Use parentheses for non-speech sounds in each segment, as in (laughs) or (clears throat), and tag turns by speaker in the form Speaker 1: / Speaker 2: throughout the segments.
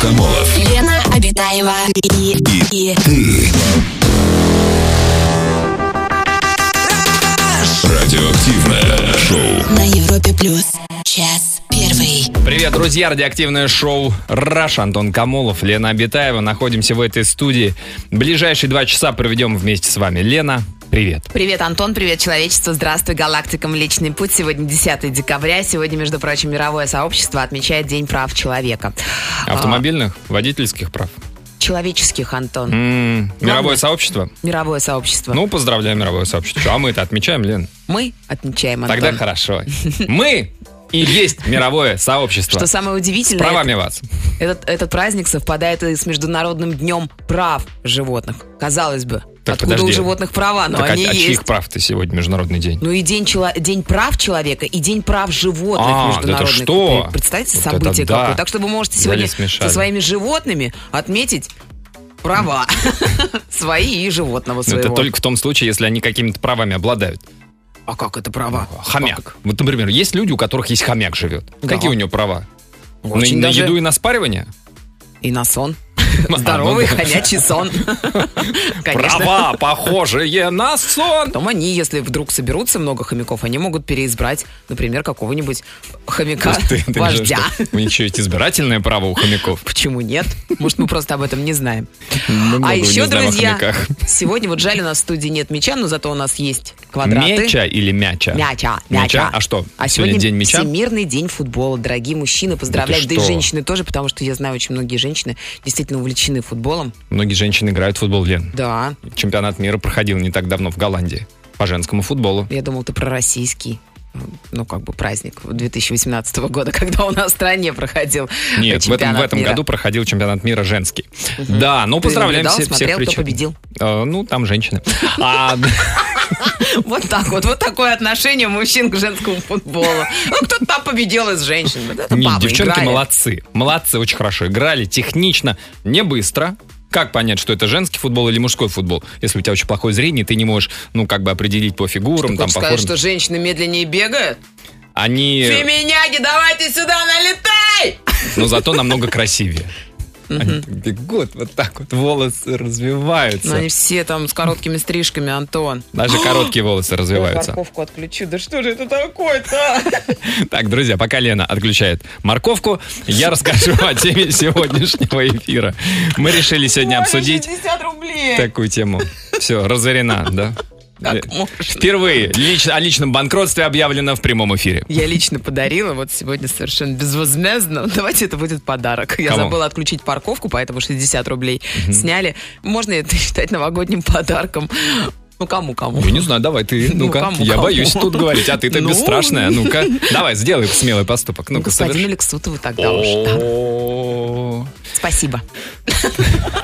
Speaker 1: Комаров.
Speaker 2: Лена Обитаева и, и, и
Speaker 1: Ты. Радиоактивное шоу.
Speaker 2: на Европе плюс час первый.
Speaker 3: Привет, друзья! Радиоактивное шоу «Раш». Антон Камолов, Лена Абитаева. Находимся в этой студии. Ближайшие два часа проведем вместе с вами. Лена, привет.
Speaker 4: Привет, Антон, привет, человечество. Здравствуй, галактика Млечный Путь. Сегодня 10 декабря. Сегодня, между прочим, мировое сообщество отмечает День прав человека.
Speaker 3: Автомобильных, водительских прав.
Speaker 4: А, человеческих, Антон.
Speaker 3: М, мировое сообщество?
Speaker 4: Мировое сообщество.
Speaker 3: Ну, поздравляем мировое сообщество. А мы-то отмечаем, Лен?
Speaker 4: Мы отмечаем, Антон.
Speaker 3: Тогда хорошо. Мы и есть мировое сообщество.
Speaker 4: Что
Speaker 3: С
Speaker 4: самое удивительное,
Speaker 3: правами вас.
Speaker 4: этот, этот праздник совпадает и с Международным днем прав животных. Казалось бы,
Speaker 3: Так,
Speaker 4: откуда
Speaker 3: подожди.
Speaker 4: у животных права, но
Speaker 3: Так, а,
Speaker 4: Ну, они
Speaker 3: а
Speaker 4: есть.
Speaker 3: чьих прав ты сегодня международный день?
Speaker 4: Ну и день, чело- день прав человека, и день прав животных
Speaker 3: А, да это
Speaker 4: международных.
Speaker 3: что?
Speaker 4: Пре- Представьте
Speaker 3: Вот
Speaker 4: событие
Speaker 3: это да.
Speaker 4: какое. Так что вы можете
Speaker 3: Взяли,
Speaker 4: сегодня
Speaker 3: смешали.
Speaker 4: со своими животными отметить права (laughs) свои и животного
Speaker 3: Ну,
Speaker 4: своего.
Speaker 3: Это только в том случае, если они какими-то правами обладают.
Speaker 4: А как это права?
Speaker 3: Хомяк. Вот, например, есть люди, у которых есть хомяк живет.
Speaker 4: Да.
Speaker 3: Какие у него права? На-
Speaker 4: Очень
Speaker 3: на,
Speaker 4: даже-
Speaker 3: еду Ну, и на спаривание?
Speaker 4: И на
Speaker 3: (laughs)
Speaker 4: сон.
Speaker 3: ну
Speaker 4: Здоровый
Speaker 3: да.
Speaker 4: хомячий
Speaker 3: (laughs)
Speaker 4: сон. Конечно.
Speaker 3: Права похожие на сон.
Speaker 4: Потом они, если вдруг соберутся много хомяков, они могут переизбрать, например, какого-нибудь хомяка
Speaker 3: Ты- ты решил,
Speaker 4: вождя.
Speaker 3: что У них еще есть избирательное право у хомяков.
Speaker 4: Почему нет? Может, мы просто об этом не знаем.
Speaker 3: Мы многого
Speaker 4: а
Speaker 3: не
Speaker 4: еще,
Speaker 3: знаем о
Speaker 4: друзья,
Speaker 3: хомяках.
Speaker 4: сегодня вот жаль, у нас в студии нет мяча, но зато у нас есть квадраты.
Speaker 3: Мяча или мяча?
Speaker 4: Мяча, мяча.
Speaker 3: Мяча? А что,
Speaker 4: А
Speaker 3: сегодня
Speaker 4: сегодня,
Speaker 3: день мяча?
Speaker 4: Всемирный день футбола. Дорогие мужчины, поздравляю, да, и
Speaker 3: что?
Speaker 4: женщины тоже, потому что я знаю, очень многие женщины действительно увлечены футболом.
Speaker 3: Многие женщины играют в футбол, Лен.
Speaker 4: Да,
Speaker 3: Чемпионат мира проходил не так давно в Голландии по женскому
Speaker 4: (laughs)
Speaker 3: футболу.
Speaker 4: я думал, ты про российский ну, как бы праздник 2018 года, (laughs) когда у нас в стране проходил
Speaker 3: Нет, в этом, в
Speaker 4: чемпионат
Speaker 3: этом
Speaker 4: мира.
Speaker 3: году проходил чемпионат мира женский. Да, ну
Speaker 4: Ты
Speaker 3: поздравляем
Speaker 4: наблюдал,
Speaker 3: все- всех
Speaker 4: смотрел, кто
Speaker 3: причастных.
Speaker 4: победил?
Speaker 3: Э, ну, там женщины. А,
Speaker 4: Вот так вот. Вот такое отношение мужчин к женскому футболу. Ну, кто-то там победил из женщин. Вот это
Speaker 3: Не,
Speaker 4: бабы
Speaker 3: девчонки
Speaker 4: играли.
Speaker 3: молодцы. Молодцы, очень хорошо играли, технично, не быстро. Как понять, что это женский футбол или мужской футбол? Если у тебя очень плохое зрение, ты не можешь, ну, как бы определить по фигурам,
Speaker 4: Ты
Speaker 3: там,
Speaker 4: хочешь
Speaker 3: по
Speaker 4: сказать,
Speaker 3: форме.
Speaker 4: что женщины медленнее бегают?
Speaker 3: Они,
Speaker 4: Феминяги, давайте сюда, налетай!
Speaker 3: но зато намного красивее. Они так бегут, вот так вот, волосы
Speaker 4: Но
Speaker 3: развиваются.
Speaker 4: Ну, они А! все там с короткими стрижками, Антон.
Speaker 3: Даже короткие волосы развиваются.
Speaker 4: Парковку отключу. Да что же это такое-то?
Speaker 3: Так, друзья, пока Лена отключает морковку, я расскажу о теме сегодняшнего эфира. Мы решили сегодня обсудить
Speaker 4: 60 рублей.
Speaker 3: такую тему. Все, разорена, да?
Speaker 4: Как
Speaker 3: Э,
Speaker 4: можно?
Speaker 3: Впервые лично, о личном банкротстве объявлено в прямом эфире.
Speaker 4: Я лично подарила, вот сегодня совершенно безвозмездно. (laughs) Давайте это будет подарок. Я
Speaker 3: Кому?
Speaker 4: забыла отключить парковку, поэтому 60 рублей сняли. Можно это (laughs) считать новогодним подарком? Ну, кому-кому?
Speaker 3: Я не знаю, давай ты,
Speaker 4: (laughs) Ну,
Speaker 3: ну-ка.
Speaker 4: кому,
Speaker 3: Я
Speaker 4: кому?
Speaker 3: боюсь тут говорить, а ты-то
Speaker 4: Ну.
Speaker 3: бестрашная.
Speaker 4: (laughs)
Speaker 3: Ну-ка, давай, сделай смелый поступок.
Speaker 4: Ну,
Speaker 3: Ну-ка,
Speaker 4: господину
Speaker 3: соверши.
Speaker 4: Лексутову тогда уж. ну, да.
Speaker 3: О.
Speaker 4: Спасибо.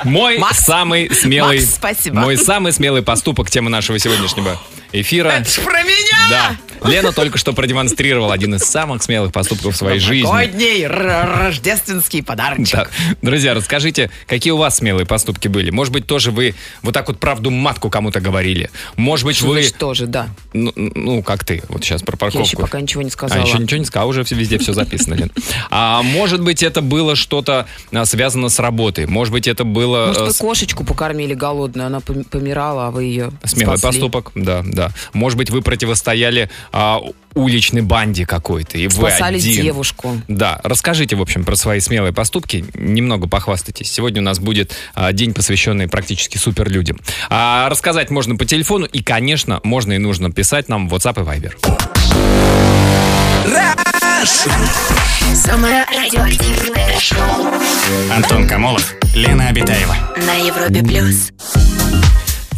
Speaker 3: Мой
Speaker 4: Макс?
Speaker 3: самый смелый...
Speaker 4: Макс, спасибо.
Speaker 3: Мой самый смелый поступок, тема нашего сегодняшнего эфира.
Speaker 4: Это ж про меня!
Speaker 3: Да,
Speaker 4: а!
Speaker 3: Лена только что продемонстрировала один из самых смелых поступков в своей жизни.
Speaker 4: Новогодний р- рождественский подарочек.
Speaker 3: Да. Друзья, расскажите, какие у вас смелые поступки были? Может быть, тоже вы вот так вот правду матку кому-то говорили? Может быть, вы,
Speaker 4: Значит, тоже, да.
Speaker 3: ну, ну, как ты, вот сейчас про
Speaker 4: Я еще
Speaker 3: парковку.
Speaker 4: пока ничего не
Speaker 3: А
Speaker 4: сказала.
Speaker 3: еще ничего не сказал, уже все- везде все записано, Лен. А может быть, это было что-то а, связано с работой? Может быть, это было
Speaker 4: Может,
Speaker 3: э,
Speaker 4: вы
Speaker 3: с-
Speaker 4: кошечку покормили голодную, она пом- помирала, а вы ее
Speaker 3: смелый
Speaker 4: спасли.
Speaker 3: поступок? Да, да. Может быть, вы противостояли а, уличной банде какой-то, и
Speaker 4: Спасали
Speaker 3: вы один.
Speaker 4: девушку.
Speaker 3: Да, расскажите, в общем, про свои смелые поступки, немного похвастайтесь. Сегодня у нас будет а, день, посвященный практически суперлюдям. А, рассказать можно по телефону, и, конечно, можно и нужно писать нам в WhatsApp и Viber.
Speaker 2: Самое радиоактивное шоу
Speaker 5: Антон Камолов, Лена Обитаева.
Speaker 2: на Европе плюс.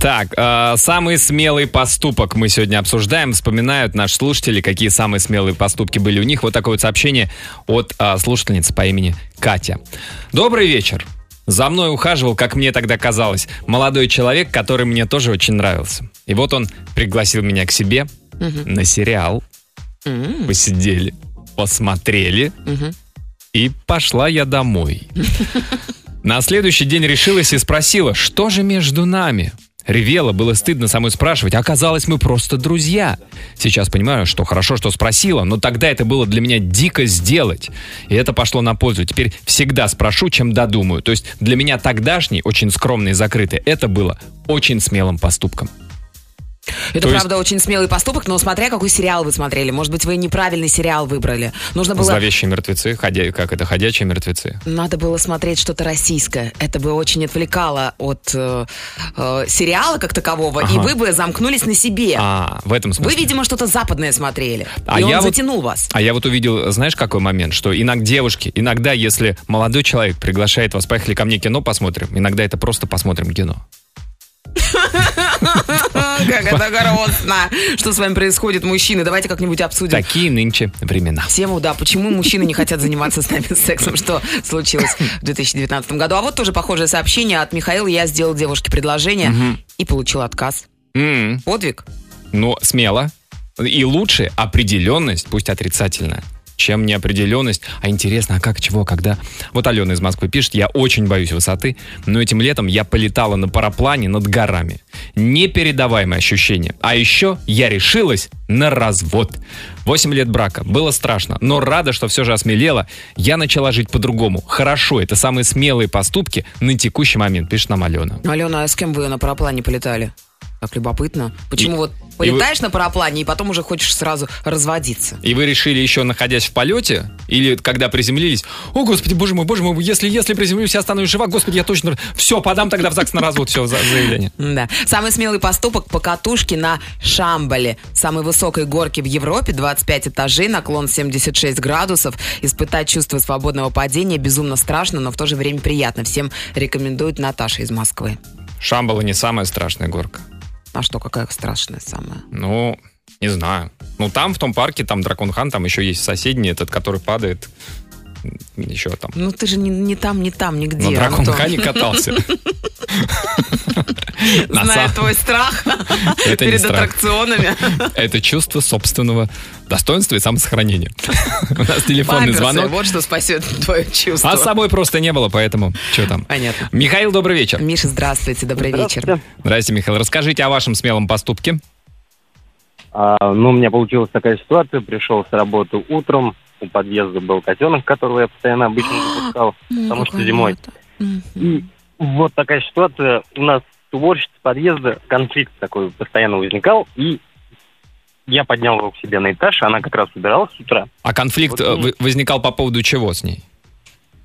Speaker 3: Так, а, самый смелый поступок мы сегодня обсуждаем. Вспоминают наши слушатели, какие самые смелые поступки были у них. Вот такое вот сообщение от а, слушательницы по имени Катя. Добрый вечер. За мной ухаживал, как мне тогда казалось, молодой человек, который мне тоже очень нравился. И вот он пригласил меня к себе на сериал.
Speaker 4: М,
Speaker 3: посидели, посмотрели,
Speaker 4: мгм.
Speaker 3: и пошла я домой. На следующий день решилась и спросила, что же между нами? Ревела, было стыдно самой спрашивать. Оказалось, мы просто друзья. Сейчас понимаю, что хорошо, что спросила, но тогда это было для меня дико сделать. И это пошло на пользу. Теперь всегда спрошу, чем додумаю. То есть для меня тогдашний, очень скромный и закрытый, это было очень смелым поступком.
Speaker 4: Это
Speaker 3: То есть-
Speaker 4: правда очень смелый поступок, но смотря какой сериал вы смотрели. Может быть, вы неправильный сериал выбрали. Нужно было...
Speaker 3: Зловещие мертвецы, ходя... как это, ходячие мертвецы.
Speaker 4: Надо было смотреть что-то российское. Это бы очень отвлекало от э, э, сериала как такового, и
Speaker 3: Ага.
Speaker 4: вы бы замкнулись на себе.
Speaker 3: А, в этом смысле.
Speaker 4: Вы, видимо, что-то западное смотрели.
Speaker 3: А
Speaker 4: и
Speaker 3: я вот-
Speaker 4: он затянул вас. (laughs)
Speaker 3: А я вот увидел, знаешь, какой момент, что иногда девушки, иногда, если молодой человек приглашает вас, поехали ко мне кино посмотрим, иногда это просто посмотрим кино.
Speaker 4: Как это грустно, что с вами происходит, мужчины. Давайте как-нибудь обсудим.
Speaker 3: Такие нынче времена.
Speaker 4: Тему, да, почему мужчины не хотят заниматься с нами сексом, что случилось в 2019 году. А вот тоже похожее сообщение от Михаила. Я сделал девушке предложение и получил отказ.
Speaker 3: М,
Speaker 4: Подвиг?
Speaker 3: Ну, смело. И лучше определенность, пусть отрицательная, чем неопределенность. А интересно, а как, чего, когда? Вот Алена из Москвы пишет, я очень боюсь высоты, но этим летом я полетала на параплане над горами. Непередаваемое ощущение. А еще я решилась на развод. Восемь лет брака. Было страшно, но рада, что все же осмелела. Я начала жить по-другому. Хорошо, это самые смелые поступки на текущий момент, пишет нам Алена.
Speaker 4: Алена, а с кем вы на параплане полетали? Так любопытно. Почему
Speaker 3: И-
Speaker 4: вот
Speaker 3: вы-
Speaker 4: полетаешь на параплане и потом уже хочешь сразу разводиться?
Speaker 3: И вы решили еще, находясь в полете, или когда приземлились, о, господи, боже мой, боже мой, если, если приземлюсь, я останусь жива, господи, я точно... Все, подам тогда в ЗАГС на развод, все, заявление.
Speaker 4: Да. Самый смелый поступок по катушке на Шамбале. Самой высокой горке в Европе, 25 этажей, наклон 76 градусов. Испытать чувство свободного падения безумно страшно, но в то же время приятно. Всем рекомендует Наташа из Москвы.
Speaker 3: Шамбала не самая страшная горка.
Speaker 4: А что, какая страшная самая?
Speaker 3: Ну, не знаю. Ну, там, в том парке, там Драконхан, там еще есть соседний этот, который падает. Еще там.
Speaker 4: Ну ты же не, не там, не там,
Speaker 3: На
Speaker 4: нигде.
Speaker 3: Драконхане катался. На
Speaker 4: Знаю
Speaker 3: самом-
Speaker 4: (laughs)
Speaker 3: (laughs)
Speaker 4: твой страх
Speaker 3: Это не
Speaker 4: перед
Speaker 3: страх.
Speaker 4: аттракционами.
Speaker 3: Это чувство собственного достоинства и самосохранения. (laughs) У нас (laughs) телефонный
Speaker 4: Памперсы,
Speaker 3: звонок.
Speaker 4: Вот что спасет твое чувство.
Speaker 3: А с собой просто не было, поэтому что там.
Speaker 4: Понятно.
Speaker 3: Михаил, добрый вечер.
Speaker 4: Миша, здравствуйте, добрый вечер.
Speaker 6: Здравствуйте.
Speaker 3: Здрасте, Михаил. Расскажите о вашем смелом поступке.
Speaker 6: А, ну, у меня получилась такая ситуация. Пришел с работы утром. У подъезда был котенок, которого я постоянно обычно запускал,
Speaker 4: ну,
Speaker 6: потому что зимой. И вот такая ситуация. У нас с уборщицей подъезда конфликт такой постоянно возникал. И я поднял его к себе на этаж. Она как раз убиралась с утра.
Speaker 3: А конфликт
Speaker 6: Вот
Speaker 3: э,
Speaker 6: мы-
Speaker 3: вы- возникал по поводу чего с ней?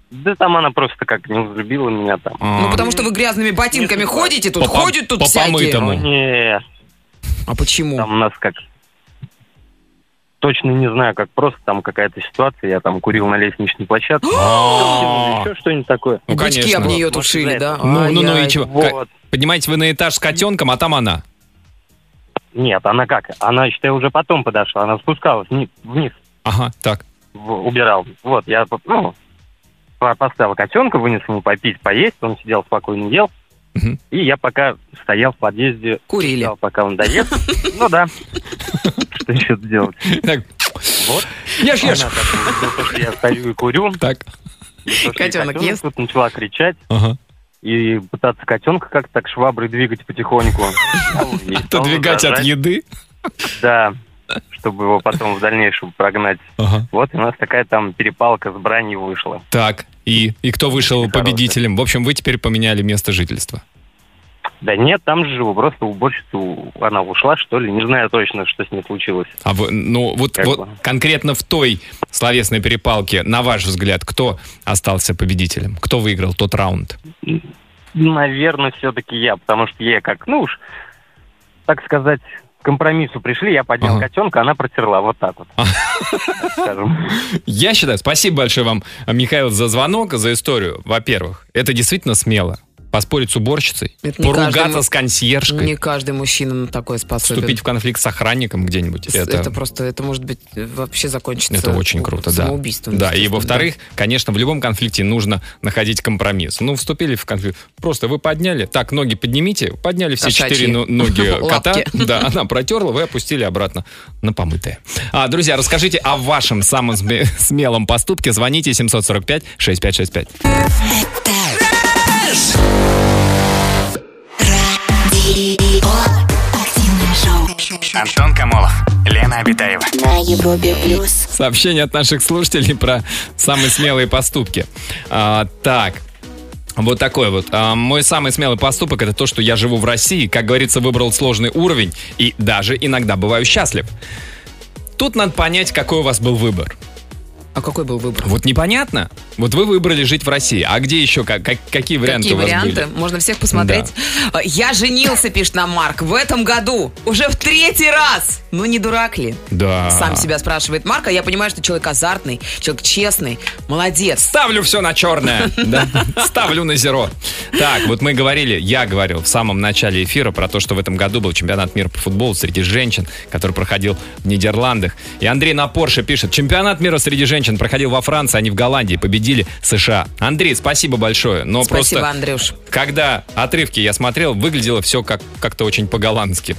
Speaker 6: Да там она просто как не взлюбила меня там.
Speaker 4: Ну, потому что вы грязными ботинками
Speaker 6: Нет,
Speaker 4: ходите, тут
Speaker 3: По пом-
Speaker 4: ходят тут
Speaker 3: по
Speaker 4: всякие.
Speaker 3: помытому.
Speaker 6: Не,
Speaker 4: А почему?
Speaker 6: Ну, там у нас как... Точно не знаю, как просто там какая-то ситуация. Я там курил на лестничной площадке.
Speaker 3: А.
Speaker 6: Еще что-нибудь такое.
Speaker 3: Ну,
Speaker 4: Бычки
Speaker 3: конечно.
Speaker 4: об нее
Speaker 6: Может,
Speaker 4: тушили,
Speaker 6: из-за
Speaker 4: да?
Speaker 6: этого.
Speaker 3: Ну, ну, ну и
Speaker 4: Ай-яй.
Speaker 3: чего?
Speaker 6: Вот.
Speaker 3: Ка- Поднимаете вы на этаж с котенком, а там она.
Speaker 6: Нет, она как? Она, считай, уже потом подошла. Она спускалась вниз, вниз
Speaker 3: Ага, так. (laughs)
Speaker 6: в- убирал. Вот, я ну, по- поставил котенка, вынес ему попить, поесть. Он сидел спокойно, ел.
Speaker 3: Мгм.
Speaker 6: И я пока стоял в подъезде,
Speaker 4: Курили.
Speaker 6: ждал, пока он доест. Ну да. Что еще делать?
Speaker 3: Так,
Speaker 6: Вот.
Speaker 3: Ешь,
Speaker 6: Она
Speaker 3: ешь.
Speaker 6: так увидела, то, что я стою и курю.
Speaker 3: Так.
Speaker 6: и то, что я
Speaker 4: Котенок ест.
Speaker 6: Тут начала кричать
Speaker 3: Ага.
Speaker 6: и пытаться котенка как-то так шваброй двигать потихоньку. Ну, И стал
Speaker 3: (laughs) Отодвигать от
Speaker 6: раздражать.
Speaker 3: еды.
Speaker 6: Да, чтобы его потом в дальнейшем прогнать.
Speaker 3: Ага.
Speaker 6: Вот у нас такая там перепалка с бранью вышла.
Speaker 3: Так. И, и кто вышел
Speaker 6: Хороший.
Speaker 3: победителем? В общем, вы теперь поменяли место жительства.
Speaker 6: Да нет, там же живу, просто уборщицу она ушла, что ли, не знаю точно, что с ней случилось.
Speaker 3: А вы, ну, вот,
Speaker 6: Как
Speaker 3: вот
Speaker 6: бы.
Speaker 3: конкретно в той словесной перепалке, на ваш взгляд, кто остался победителем? Кто выиграл тот раунд?
Speaker 6: Ну, Наверное, все-таки я, потому что я как, ну уж, так сказать, к компромиссу пришли, я поднял
Speaker 3: Ага.
Speaker 6: котенка, она протерла, вот так вот. Так скажем.
Speaker 3: Я считаю, спасибо большое вам, Михаил, за звонок, за историю. Во-первых, это действительно смело. Поспорить с уборщицей,
Speaker 4: Это не
Speaker 3: поругаться
Speaker 4: каждому-
Speaker 3: с консьержкой,
Speaker 4: Не каждый мужчина на такое способен.
Speaker 3: вступить в конфликт с охранником где-нибудь.
Speaker 4: С-
Speaker 3: Это,
Speaker 4: это...
Speaker 3: это,
Speaker 4: просто, это может быть э, вообще закончится
Speaker 3: очень круто, да.
Speaker 4: самоубийством.
Speaker 3: Да, и
Speaker 4: естественно,
Speaker 3: во-вторых, конечно, в любом конфликте нужно находить компромисс. Ну, вступили в конфликт, просто вы подняли, так, ноги поднимите, подняли все
Speaker 4: Кошачьи.
Speaker 3: четыре но- ноги кота.
Speaker 4: (laughs) Лапки.
Speaker 3: Да, она протерла, вы опустили обратно на помытое. А, друзья, расскажите о вашем самом сме- (laughs) смелом поступке. Звоните 745-6565.
Speaker 2: Это Радио. слушать.
Speaker 5: Антон Камолов, Лена Обитаева.
Speaker 2: На Европе плюс.
Speaker 3: Сообщение от наших слушателей про самые смелые поступки. А, так. Вот такой вот. А, мой самый смелый поступок это то, что я живу в России, как говорится, выбрал сложный уровень и даже иногда бываю счастлив. Тут надо понять, какой у вас был выбор.
Speaker 4: А какой был выбор?
Speaker 3: Вот непонятно. Вот вы выбрали жить в России. А где еще? Как, как- какие варианты
Speaker 4: Какие
Speaker 3: у вас
Speaker 4: варианты?
Speaker 3: были?
Speaker 4: Можно всех посмотреть. Э, Я женился, пишет нам Марк, в этом году. Уже в третий раз. Ну не дурак ли?
Speaker 3: Да.
Speaker 4: Сам себя спрашивает Марк, а я понимаю, что человек азартный, человек честный, молодец.
Speaker 3: Ставлю все на черное. Да. Ставлю на зеро. Так, вот мы говорили, я говорил в самом начале эфира про то, что в этом году был чемпионат мира по футболу среди женщин, который проходил в Нидерландах. И Андрей на Порше пишет, чемпионат мира среди женщин проходил во Франции, они в Голландии, победили США. Андрей, спасибо большое. Но
Speaker 4: Спасибо,
Speaker 3: просто
Speaker 4: Андрюш.
Speaker 3: когда отрывки я смотрел, выглядело все как, как-то очень по-голландски.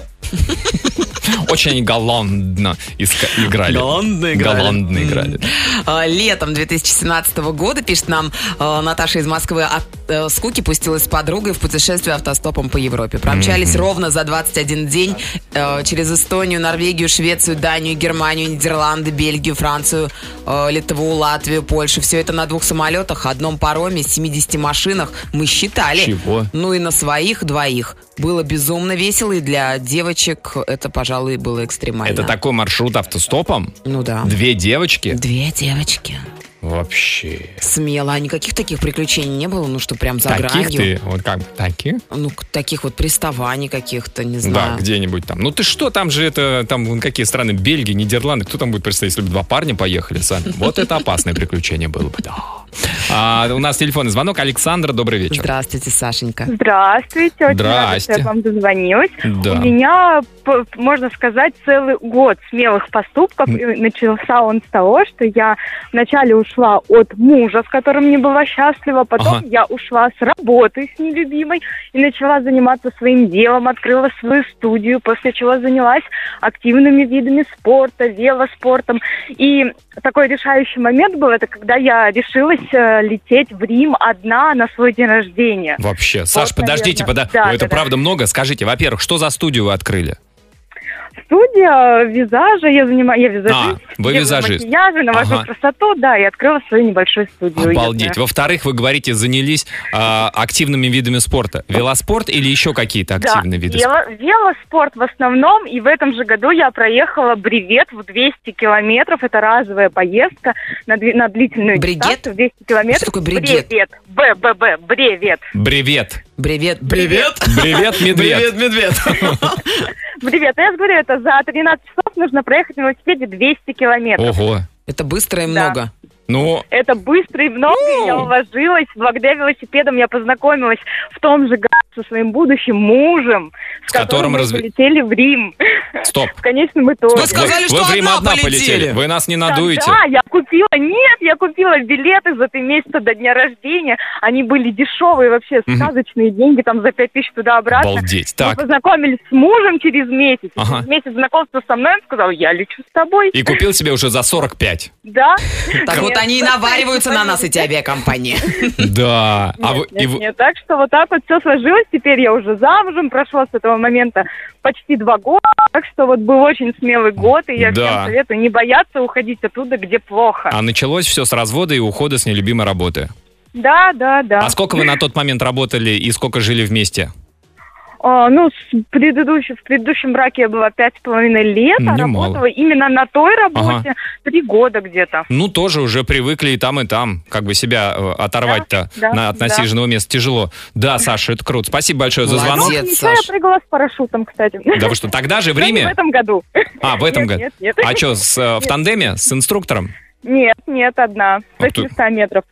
Speaker 3: Очень голландно иска- играли.
Speaker 4: Голландно играли.
Speaker 3: Голландно играли.
Speaker 4: А, Летом 2017 года, пишет нам э, Наташа из Москвы, от э, скуки пустилась с подругой в путешествие автостопом по Европе. Промчались ровно за 21 день э, через Эстонию, Норвегию, Швецию, Данию, Германию, Нидерланды, Бельгию, Францию, э, Литву, Латвию, Польшу. Все это на двух самолетах, одном пароме, 70 машинах. Мы считали.
Speaker 3: Чего?
Speaker 4: Ну и на своих двоих. Было безумно весело, и для девочек это, пожалуй, было экстремально.
Speaker 3: Это такой маршрут автостопом?
Speaker 4: Ну да.
Speaker 3: Две девочки?
Speaker 4: Две девочки.
Speaker 3: Вообще.
Speaker 4: Смело. А никаких таких приключений не было? Ну что, прям за
Speaker 3: таких
Speaker 4: гранью?
Speaker 3: ты? Вот как? Таких?
Speaker 4: Ну, к- таких вот приставаний каких-то, не
Speaker 3: Да,
Speaker 4: знаю.
Speaker 3: где-нибудь там. Ну ты что, там же это, там вон какие страны, Бельгия, Нидерланды, кто там будет представить, если бы два парня поехали сами? Вот это опасное приключение было бы, да. А, у нас телефонный звонок. Александр, добрый вечер.
Speaker 4: Здравствуйте, Сашенька.
Speaker 7: Здравствуйте, очень рада,
Speaker 3: Здрасте.
Speaker 7: что я вам дозвонилась.
Speaker 3: Да.
Speaker 7: У меня, п- можно сказать, целый год смелых поступков. И начался он с того, что я вначале ушла от мужа, с которым не была счастлива, потом
Speaker 3: Ага.
Speaker 7: я ушла с работы с нелюбимой и начала заниматься своим делом, открыла свою студию, после чего занялась активными видами спорта, велоспортом. И такой решающий момент был, это когда я решилась э, лететь в Рим одна на свой день рождения.
Speaker 3: Вообще. Саш,
Speaker 7: наверное.
Speaker 3: подождите, подо-
Speaker 7: Да,
Speaker 3: Ой, это
Speaker 7: да, да.
Speaker 3: правда много. Скажите, во-первых, что за студию вы открыли?
Speaker 7: студия визажа, я занимаюсь, я
Speaker 3: А,
Speaker 7: визажист.
Speaker 3: вы
Speaker 7: делаю
Speaker 3: визажист.
Speaker 7: макияжи, навожу
Speaker 3: Ага.
Speaker 7: красоту, да, и открыла свою небольшую студию.
Speaker 3: Обалдеть.
Speaker 7: уютную.
Speaker 3: Во-вторых, вы говорите, занялись а, активными видами спорта. Велоспорт или еще какие-то
Speaker 7: Да,
Speaker 3: активные виды спорта?
Speaker 7: вело- велоспорт в основном, и в этом же году я проехала бревет в 200 километров, это разовая поездка на, дви- на длительную
Speaker 4: Бригет?
Speaker 7: дистанцию в 200 километров.
Speaker 4: Что такое бригет?
Speaker 7: Бревет, Б, Б, Б, бревет.
Speaker 3: Бревет.
Speaker 4: Привет.
Speaker 3: Бревет, медведь.
Speaker 4: медведь.
Speaker 7: Бревет, я же говорю, это за 13 часов нужно проехать на велосипеде 200 километров.
Speaker 3: Ого.
Speaker 4: (laughs) Это быстро и
Speaker 7: Да.
Speaker 4: много.
Speaker 3: Ну,
Speaker 7: Это быстро и много, и я уложилась. Благодаря велосипедам я познакомилась в том же году со своим будущим мужем,
Speaker 3: С которым
Speaker 7: мы
Speaker 3: разве-
Speaker 7: полетели в Рим. (laughs)
Speaker 3: стоп.
Speaker 7: В конечном итоге.
Speaker 4: Вы сказали,
Speaker 3: вы,
Speaker 4: что
Speaker 3: вы в Рим
Speaker 4: одна
Speaker 3: одна полетели.
Speaker 4: полетели.
Speaker 3: Вы нас не
Speaker 7: Да,
Speaker 3: надуете.
Speaker 7: Да, я купила, нет, я купила билеты за три месяца до дня рождения. Они были дешевые вообще,
Speaker 3: Мгм.
Speaker 7: сказочные деньги, там за пять тысяч туда-обратно.
Speaker 3: Обалдеть.
Speaker 7: Мы
Speaker 3: Так.
Speaker 7: познакомились с мужем через месяц. И
Speaker 3: Ага.
Speaker 7: Через месяц знакомства со мной он сказал, я лечу с тобой.
Speaker 3: И купил себе уже
Speaker 7: (laughs)
Speaker 3: за 45.
Speaker 7: Да.
Speaker 4: Так вот они и навариваются на нас,
Speaker 3: (laughs)
Speaker 4: эти авиакомпании.
Speaker 3: Да. А вы,
Speaker 7: Нет,
Speaker 3: и
Speaker 7: нет,
Speaker 3: вы-
Speaker 7: нет. Так что вот так вот все сложилось. Теперь я уже замужем, прошло с этого момента почти два года. Так что вот был очень смелый год, и я
Speaker 3: Да.
Speaker 7: всем советую не бояться уходить оттуда, где плохо.
Speaker 3: А началось все с развода и ухода с нелюбимой работы.
Speaker 7: Да, да, да.
Speaker 3: А сколько вы на тот момент работали и сколько жили вместе?
Speaker 7: А, ну, с предыдущ- в предыдущем браке я была пять с половиной лет, а
Speaker 3: Немало.
Speaker 7: работала именно на той работе три года где-то.
Speaker 3: Ну, тоже уже привыкли и там, и там. Как бы себя э, оторвать-то
Speaker 7: да,
Speaker 3: на, от
Speaker 7: да.
Speaker 3: насиженного места тяжело. Да, Саша, это круто. Спасибо большое за звонок.
Speaker 4: Молодец,
Speaker 7: Ничего, Ну, я
Speaker 4: Саш.
Speaker 7: прыгала с парашютом, кстати.
Speaker 3: Да вы что,
Speaker 7: (laughs)
Speaker 3: тогда же в
Speaker 7: Но не В
Speaker 3: Риме?
Speaker 7: этом году.
Speaker 3: А, в этом
Speaker 7: Нет,
Speaker 3: году.
Speaker 7: Нет, нет.
Speaker 3: А что, в тандеме с инструктором?
Speaker 7: Нет, нет, одна.
Speaker 3: А кто-
Speaker 7: 800 метров.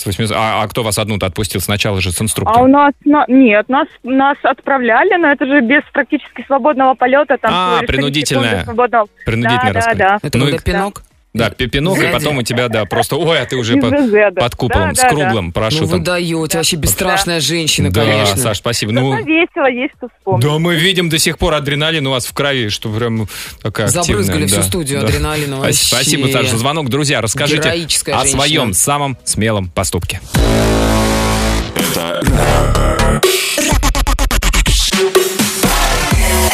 Speaker 3: С 80 А, а кто вас одну-то отпустил? Сначала же с
Speaker 7: А у
Speaker 3: инструктором.
Speaker 7: нас на- нет, нас нас отправляли, но это же без практически свободного полета, там
Speaker 3: А,
Speaker 7: всего лишь три
Speaker 3: принудительная.
Speaker 7: секунды свободного.
Speaker 3: Принудительно
Speaker 7: да, да,
Speaker 3: раскрыть.
Speaker 7: да.
Speaker 4: Это
Speaker 3: Ну
Speaker 4: вот
Speaker 3: и-
Speaker 4: этот пинок.
Speaker 3: Да, пепенок, и
Speaker 4: Сзади.
Speaker 3: потом у тебя, да, просто, ой, а ты уже
Speaker 7: Из
Speaker 3: под,
Speaker 7: ИЗ, да.
Speaker 3: под куполом,
Speaker 7: Да,
Speaker 3: с
Speaker 7: да,
Speaker 3: круглым
Speaker 4: Ну вы
Speaker 3: парашютом.
Speaker 4: даете, вообще бесстрашная женщина,
Speaker 3: А да,
Speaker 4: конечно.
Speaker 3: Саш, спасибо.
Speaker 7: Да. Ну,
Speaker 3: Ну,
Speaker 7: весело, есть что вспомнить.
Speaker 3: да, мы видим до сих пор адреналин у вас в крови, что прям такая активная.
Speaker 4: Забрызгали всю
Speaker 3: да,
Speaker 4: студию
Speaker 3: да.
Speaker 4: адреналином.
Speaker 3: Спа- Спасибо,
Speaker 4: вообще.
Speaker 3: Саш, за звонок. Друзья, расскажите
Speaker 4: Героическая
Speaker 3: о
Speaker 4: женщина.
Speaker 3: своем самом смелом поступке.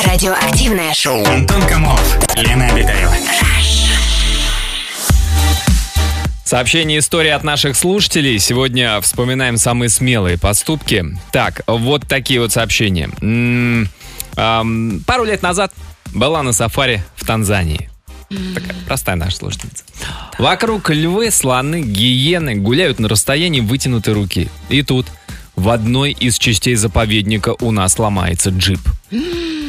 Speaker 2: Радио Радиоактивное шоу.
Speaker 5: Антон Камолов, Лена Обитаева.
Speaker 3: Сообщение истории от наших слушателей. Сегодня вспоминаем самые смелые поступки. Так, вот такие вот сообщения. М, ам, Пару лет назад была на сафари в Танзании. Такая простая наша слушательница. Вокруг львы, слоны, гиены гуляют на расстоянии вытянутой руки. И тут в одной из частей заповедника у нас ломается джип.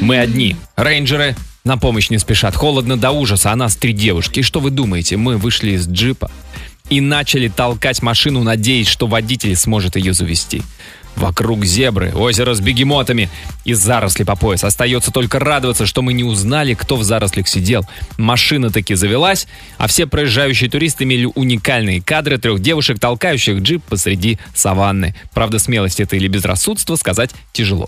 Speaker 3: Мы одни. Рейнджеры на помощь не спешат. Холодно до ужаса, а нас три девушки. И что вы думаете? Мы вышли из джипа и начали толкать машину, надеясь, что водитель сможет ее завести. Вокруг зебры, озеро с бегемотами и заросли по пояс. Остается только радоваться, что мы не узнали, кто в зарослях сидел. Машина таки завелась, а все проезжающие туристы имели уникальные кадры трех девушек, толкающих джип посреди саванны. Правда, смелость это или безрассудство сказать тяжело.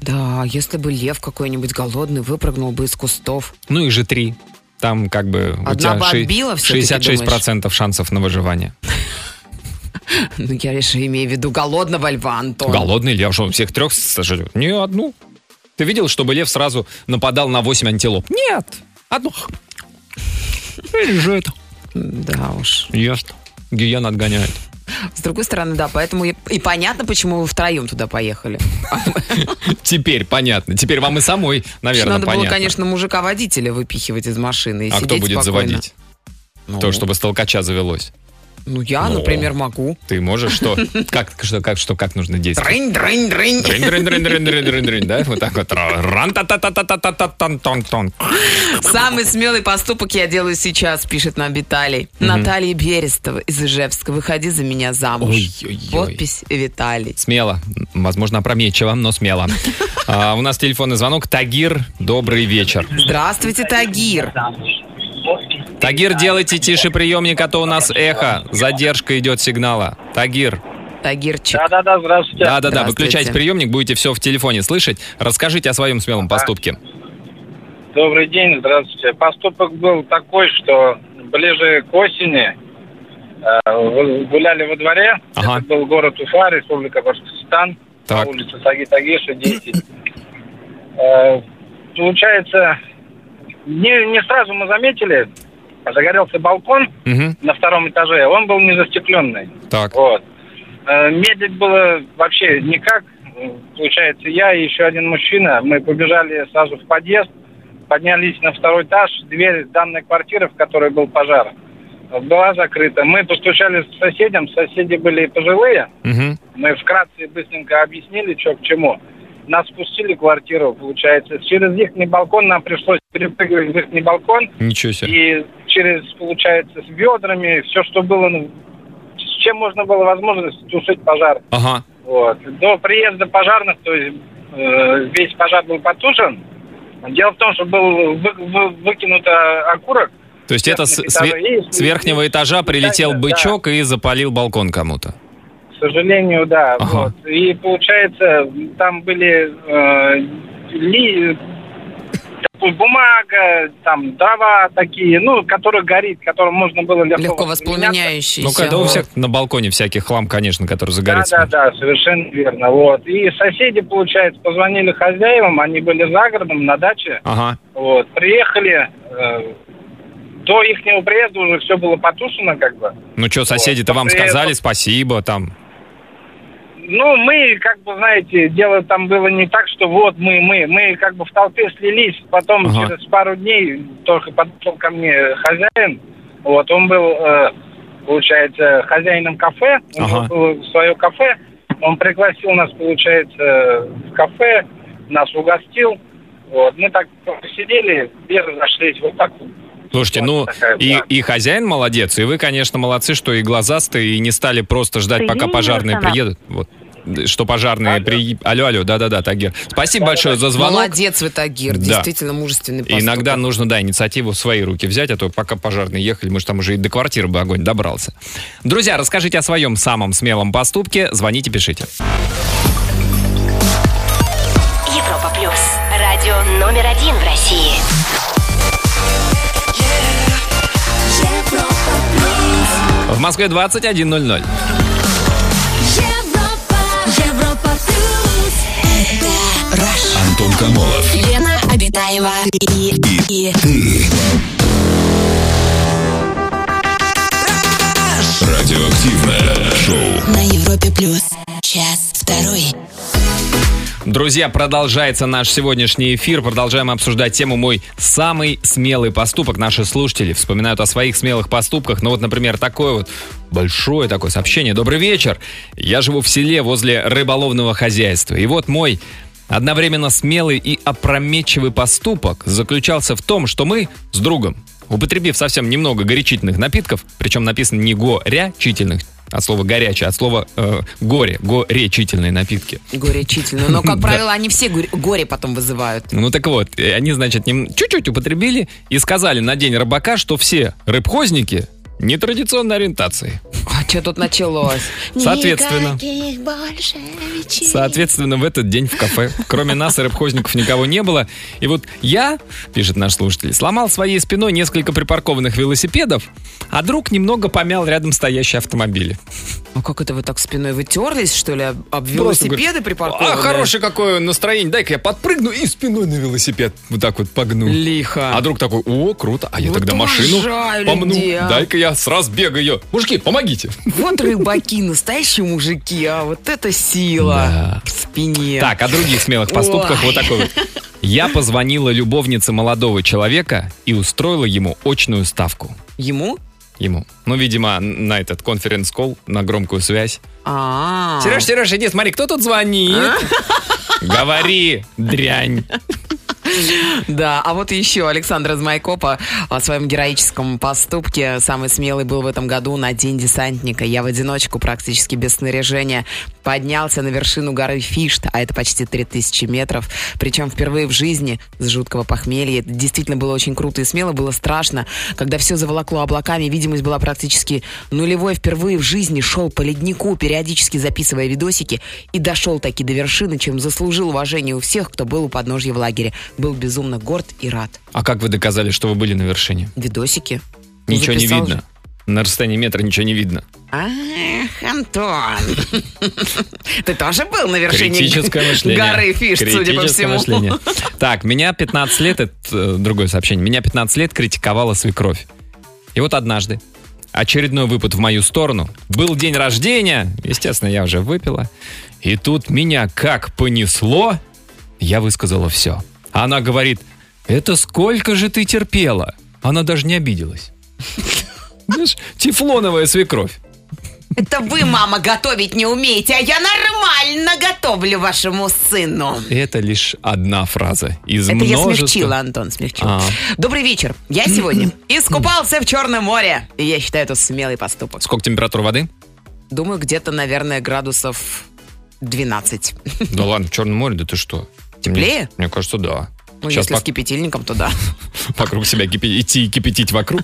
Speaker 4: Да, если бы лев какой-нибудь голодный выпрыгнул бы из кустов. (laughs)
Speaker 3: Ну, их же три. Там как бы у
Speaker 4: Одна
Speaker 3: тебя
Speaker 4: бы
Speaker 3: ши-
Speaker 4: отбила всё-таки,
Speaker 3: 66% шансов на выживание.
Speaker 4: Ну, я лишь имею в виду голодного льва, Антон.
Speaker 3: Голодный лев, что он всех трех сожрет? Не одну. Ты видел, чтобы лев сразу нападал на 8 антилоп? Нет, одну. И Лежит,
Speaker 4: Да уж.
Speaker 3: ест. Гиен отгоняет.
Speaker 4: С другой стороны, да, поэтому и, и понятно, почему вы втроем
Speaker 3: (laughs)
Speaker 4: туда поехали.
Speaker 3: Теперь понятно. Теперь вам и самой, наверное,
Speaker 4: Надо
Speaker 3: понятно.
Speaker 4: было, конечно, мужика-водителя выпихивать из машины и
Speaker 3: а
Speaker 4: сидеть
Speaker 3: кто будет
Speaker 4: спокойно.
Speaker 3: заводить?
Speaker 4: Ну,
Speaker 3: То, чтобы с толкача завелось.
Speaker 4: Ну, я,
Speaker 3: Ну.
Speaker 4: например, могу.
Speaker 3: Ты можешь
Speaker 4: (laughs)
Speaker 3: что? Как, что, как, что, как нужно действовать?
Speaker 4: Дрынь, дрынь, дрынь.
Speaker 3: Дрынь, дрынь, дрынь, дрынь, дрынь, дрынь, дрынь, да? Вот так вот. ран та та та та та та тан тон тон
Speaker 4: (laughs) Самый смелый поступок я делаю сейчас, пишет нам Виталий. Наталья Берестова из Ижевска. Выходи за меня замуж.
Speaker 3: Ой-ой-ой.
Speaker 4: Подпись Виталий.
Speaker 3: Смело. Возможно, опрометчиво, но смело. А, у нас телефонный звонок. Тагир, добрый вечер.
Speaker 4: Здравствуйте, Тагир.
Speaker 3: Тагир, делайте тише приемник, а то у нас эхо. Задержка идет сигнала. Тагир.
Speaker 4: Тагирчик.
Speaker 8: Да-да-да, здравствуйте.
Speaker 3: Да-да-да,
Speaker 4: Здравствуйте.
Speaker 3: выключайте приемник, будете все в телефоне слышать. Расскажите о своем смелом поступке.
Speaker 8: Добрый день, здравствуйте. Поступок был такой, что ближе к осени э, вы- гуляли во дворе.
Speaker 3: Ага.
Speaker 8: Это был город Уфа, республика Башкортостан.
Speaker 3: Так.
Speaker 8: По улице Саги Тагиша, 10. Э, Получается, не, не сразу мы заметили, загорелся балкон
Speaker 3: Мгм,
Speaker 8: на втором этаже. Он был не застекленный.
Speaker 3: Так.
Speaker 8: Вот. Э, Медлить было вообще никак. Э, Получается, я и еще один мужчина, мы побежали сразу в подъезд, поднялись на второй этаж, дверь данной квартиры, в которой был пожар, э, была закрыта. Мы постучали к соседям, соседи были пожилые,
Speaker 3: мгм.
Speaker 8: мы вкратце и быстренько объяснили, что к чему. Нас спустили в квартиру, получается. Через верхний балкон нам пришлось перепрыгивать в верхний балкон,
Speaker 3: Ничего себе.
Speaker 8: и через, получается, с ведрами, все, что было, ну, с чем можно было возможность тушить пожар.
Speaker 3: Ага.
Speaker 8: Вот. До приезда пожарных, то есть э, весь пожар был потушен. Дело в том, что был вы- вы- выкинут э, окурок.
Speaker 3: То есть это с,
Speaker 8: Верхний
Speaker 3: с ве-
Speaker 8: этаж, и-
Speaker 3: с верхнего этажа прилетел
Speaker 8: Да.
Speaker 3: бычок и запалил балкон кому-то.
Speaker 8: К сожалению, да.
Speaker 3: Ага.
Speaker 8: Вот. И получается, там были э, ли- такой бумага, там дрова такие, ну, которые горит, которым можно было легко,
Speaker 4: Легко
Speaker 8: воспламеняться.
Speaker 4: воспламеняющийся.
Speaker 3: Ну, когда у всех на балконе всякий хлам, конечно, который загорится.
Speaker 8: Да, да, да, совершенно верно. Вот. И соседи, получается, позвонили хозяевам, они были за городом, на даче.
Speaker 3: Ага.
Speaker 8: Вот. Приехали, э, до их приезда уже все было потушено, как бы.
Speaker 3: Ну что, соседи-то
Speaker 8: Вот,
Speaker 3: вам
Speaker 8: после
Speaker 3: сказали
Speaker 8: этого-
Speaker 3: спасибо там.
Speaker 8: Ну, мы, как бы, знаете, дело там было не так, что вот мы, мы, мы как бы в толпе слились. Потом
Speaker 3: Ага.
Speaker 8: через пару дней только подошел ко мне хозяин. Вот, он был, э, получается, хозяином кафе. У него
Speaker 3: Ага.
Speaker 8: было свое кафе. Он пригласил нас, получается, в кафе, нас угостил. Вот, мы так посидели и разошлись. Вот так вот.
Speaker 3: Слушайте, ну
Speaker 8: Такая
Speaker 3: и,
Speaker 8: была.
Speaker 3: и хозяин молодец, и вы, конечно, молодцы, что и глазастые, и не стали просто ждать,
Speaker 9: Ты
Speaker 3: пока
Speaker 9: видишь,
Speaker 3: пожарные
Speaker 9: Руслан?
Speaker 3: приедут. Вот. Что пожарные
Speaker 8: Алло.
Speaker 3: при... Алло, алло, да-да-да, Тагир. Спасибо большое за звонок.
Speaker 4: Молодец вы, Тагир.
Speaker 3: Да.
Speaker 4: Действительно мужественный
Speaker 3: И
Speaker 4: поступок.
Speaker 3: Иногда нужно, да, инициативу в свои руки взять, а то пока пожарные ехали, мы же там уже и до квартиры бы огонь добрался. Друзья, расскажите о своем самом смелом поступке. Звоните, пишите.
Speaker 9: Европа плюс. Радио номер один в России.
Speaker 10: Европа плюс,
Speaker 3: В Москве 21.00.
Speaker 10: Европа, Европа плюс,
Speaker 2: Rush.
Speaker 1: Антон Камолов,
Speaker 2: Лена Обитаева и, и, и
Speaker 1: Радиоактивное шоу.
Speaker 2: на Европе плюс час второй.
Speaker 3: Друзья, продолжается наш сегодняшний эфир. Продолжаем обсуждать тему «Мой самый смелый поступок». Наши слушатели вспоминают о своих смелых поступках. Ну вот, например, такое вот большое такое сообщение. Добрый вечер. Я живу в селе возле рыболовного хозяйства. И вот мой одновременно смелый и опрометчивый поступок заключался в том, что мы с другом, употребив совсем немного горячительных напитков, причем написано не горячительных, от слова горячий, от слова э, горе, горечительные напитки.
Speaker 4: Горячительно. Но,
Speaker 3: (laughs)
Speaker 4: как
Speaker 3: Да.
Speaker 4: правило, они все горе- горе потом вызывают.
Speaker 3: Ну так вот, э, они, значит, нем- чуть-чуть употребили и сказали на день рыбака, что все рыбхозники нетрадиционной ориентации.
Speaker 4: А что тут началось?
Speaker 3: Соответственно. Соответственно, в этот день в кафе, кроме нас и рыбхозников, никого не было. И вот я, пишет наш слушатель, сломал своей спиной несколько припаркованных велосипедов, а друг немного помял рядом стоящие автомобили.
Speaker 4: А как это вы так спиной вытерлись, что ли, об- об
Speaker 3: Просто
Speaker 4: велосипеды
Speaker 3: говорит,
Speaker 4: припаркованы?
Speaker 3: А, хорошее какое настроение, дай-ка я подпрыгну и спиной на велосипед вот так вот погну.
Speaker 4: Лихо.
Speaker 3: А друг такой, о, круто, а я
Speaker 4: Вот
Speaker 3: тогда машину
Speaker 4: уважаю
Speaker 3: помну.
Speaker 4: людей, а.
Speaker 3: Дай-ка я сразу бегаю. Мужики, помогите.
Speaker 4: Вот рыбаки, настоящие мужики, а вот это сила
Speaker 3: Да.
Speaker 4: в спине.
Speaker 3: Так, о других смелых поступках
Speaker 4: Ой.
Speaker 3: вот такой вот. Я позвонила любовнице молодого человека и устроила ему очную ставку.
Speaker 4: Ему?
Speaker 3: Ему. Ну, видимо, на этот конференц-колл, на громкую связь.
Speaker 4: А.
Speaker 3: Сереж, Сереж, иди, смотри, кто тут звонит? Говори, дрянь.
Speaker 4: Да, а вот еще Александр из Майкопа о своем героическом поступке. Самый смелый был в этом году на День десантника. Я в одиночку, практически без снаряжения, поднялся на вершину горы Фишт, а это почти 3000 метров. Причем впервые в жизни с жуткого похмелья. Это действительно было очень круто и смело, было страшно. Когда все заволокло облаками, видимость была практически нулевой. Впервые в жизни шел по леднику, периодически записывая видосики, и дошел таки до вершины, чем заслужил уважение у всех, кто был у подножья в лагере. Был безумно горд и рад.
Speaker 3: А как вы доказали, что вы были на вершине?
Speaker 4: Видосики. Ну,
Speaker 3: Ничего не
Speaker 4: записал
Speaker 3: видно.
Speaker 4: же.
Speaker 3: На расстоянии метра ничего не видно.
Speaker 4: Ах, Антон. (laughs) Ты тоже был на вершине
Speaker 3: Критическое мышление.
Speaker 4: горы Фиш, судя по
Speaker 3: Критическое
Speaker 4: всему.
Speaker 3: мышление. Так, меня 15 лет, это э, другое сообщение, меня 15 лет критиковала свекровь. И вот однажды очередной выпад в мою сторону. Был день рождения, естественно, я уже выпила. И тут меня как понесло, я высказала все. Она говорит, это сколько же ты терпела? Она даже не обиделась. Знаешь, тефлоновая свекровь.
Speaker 4: (laughs) Это вы, мама, готовить не умеете, а я нормально готовлю вашему сыну.
Speaker 3: И Это лишь одна фраза из
Speaker 4: Это
Speaker 3: множества.
Speaker 4: я смягчила, Антон, смягчила.
Speaker 3: А.
Speaker 4: Добрый вечер. Я сегодня (clears throat) искупался в Черном море. И я считаю, это смелый поступок.
Speaker 3: Сколько температура
Speaker 4: (laughs)
Speaker 3: воды?
Speaker 4: Думаю, где-то, наверное, градусов 12.
Speaker 3: Да ладно, в Черном море, да ты что?
Speaker 4: Теплее?
Speaker 3: Мне, мне кажется, да.
Speaker 4: Ну,
Speaker 3: Сейчас
Speaker 4: если с кипятильником, то
Speaker 3: (laughs)
Speaker 4: да.
Speaker 3: вокруг себя кипи- идти и кипятить
Speaker 4: (laughs)
Speaker 3: вокруг.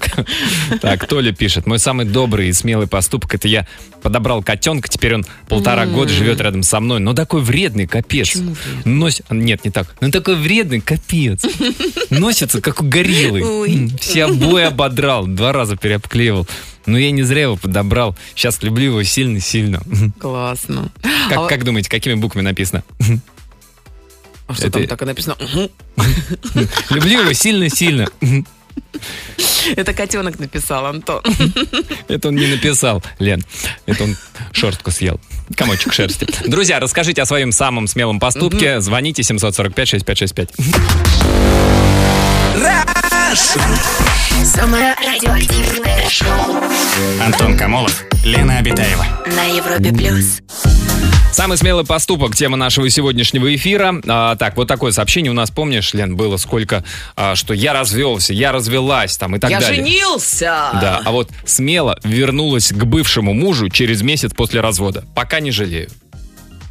Speaker 3: Так, Толя пишет. Мой самый добрый и смелый поступок, это я подобрал котенка, теперь он полтора года живет рядом со мной. Но такой вредный, капец. Нос- Нет, не так. Ну такой вредный,
Speaker 4: (laughs)
Speaker 3: капец. Носится, как
Speaker 4: Ой.
Speaker 3: угорелый. Все обои ободрал, два раза переобклеивал. Но я не зря его подобрал. Сейчас люблю его сильно-сильно.
Speaker 4: Классно. А
Speaker 3: Как,
Speaker 4: вот-
Speaker 3: как думаете, какими буквами написано?
Speaker 4: А что там
Speaker 3: это-
Speaker 4: так и написано? Мгм.
Speaker 3: Люблю его сильно-сильно.
Speaker 4: Это котенок написал, Антон.
Speaker 3: Это он не написал, Лен. Это он шерстку съел. Комочек шерсти. Друзья, расскажите о своем самом смелом поступке. Звоните 745-6565.
Speaker 2: Самое радиоактивное шоу
Speaker 5: Антон Камолов, Лена Обитаева.
Speaker 2: на Европе плюс.
Speaker 3: Самый смелый поступок, тема нашего сегодняшнего эфира. А, так, вот такое сообщение у нас, помнишь, Лен, было сколько, а, что я развелся, я развелась, там и так
Speaker 4: Я
Speaker 3: далее.
Speaker 4: женился!
Speaker 3: Да, а вот смело вернулась к бывшему мужу через месяц после развода. Пока не жалею.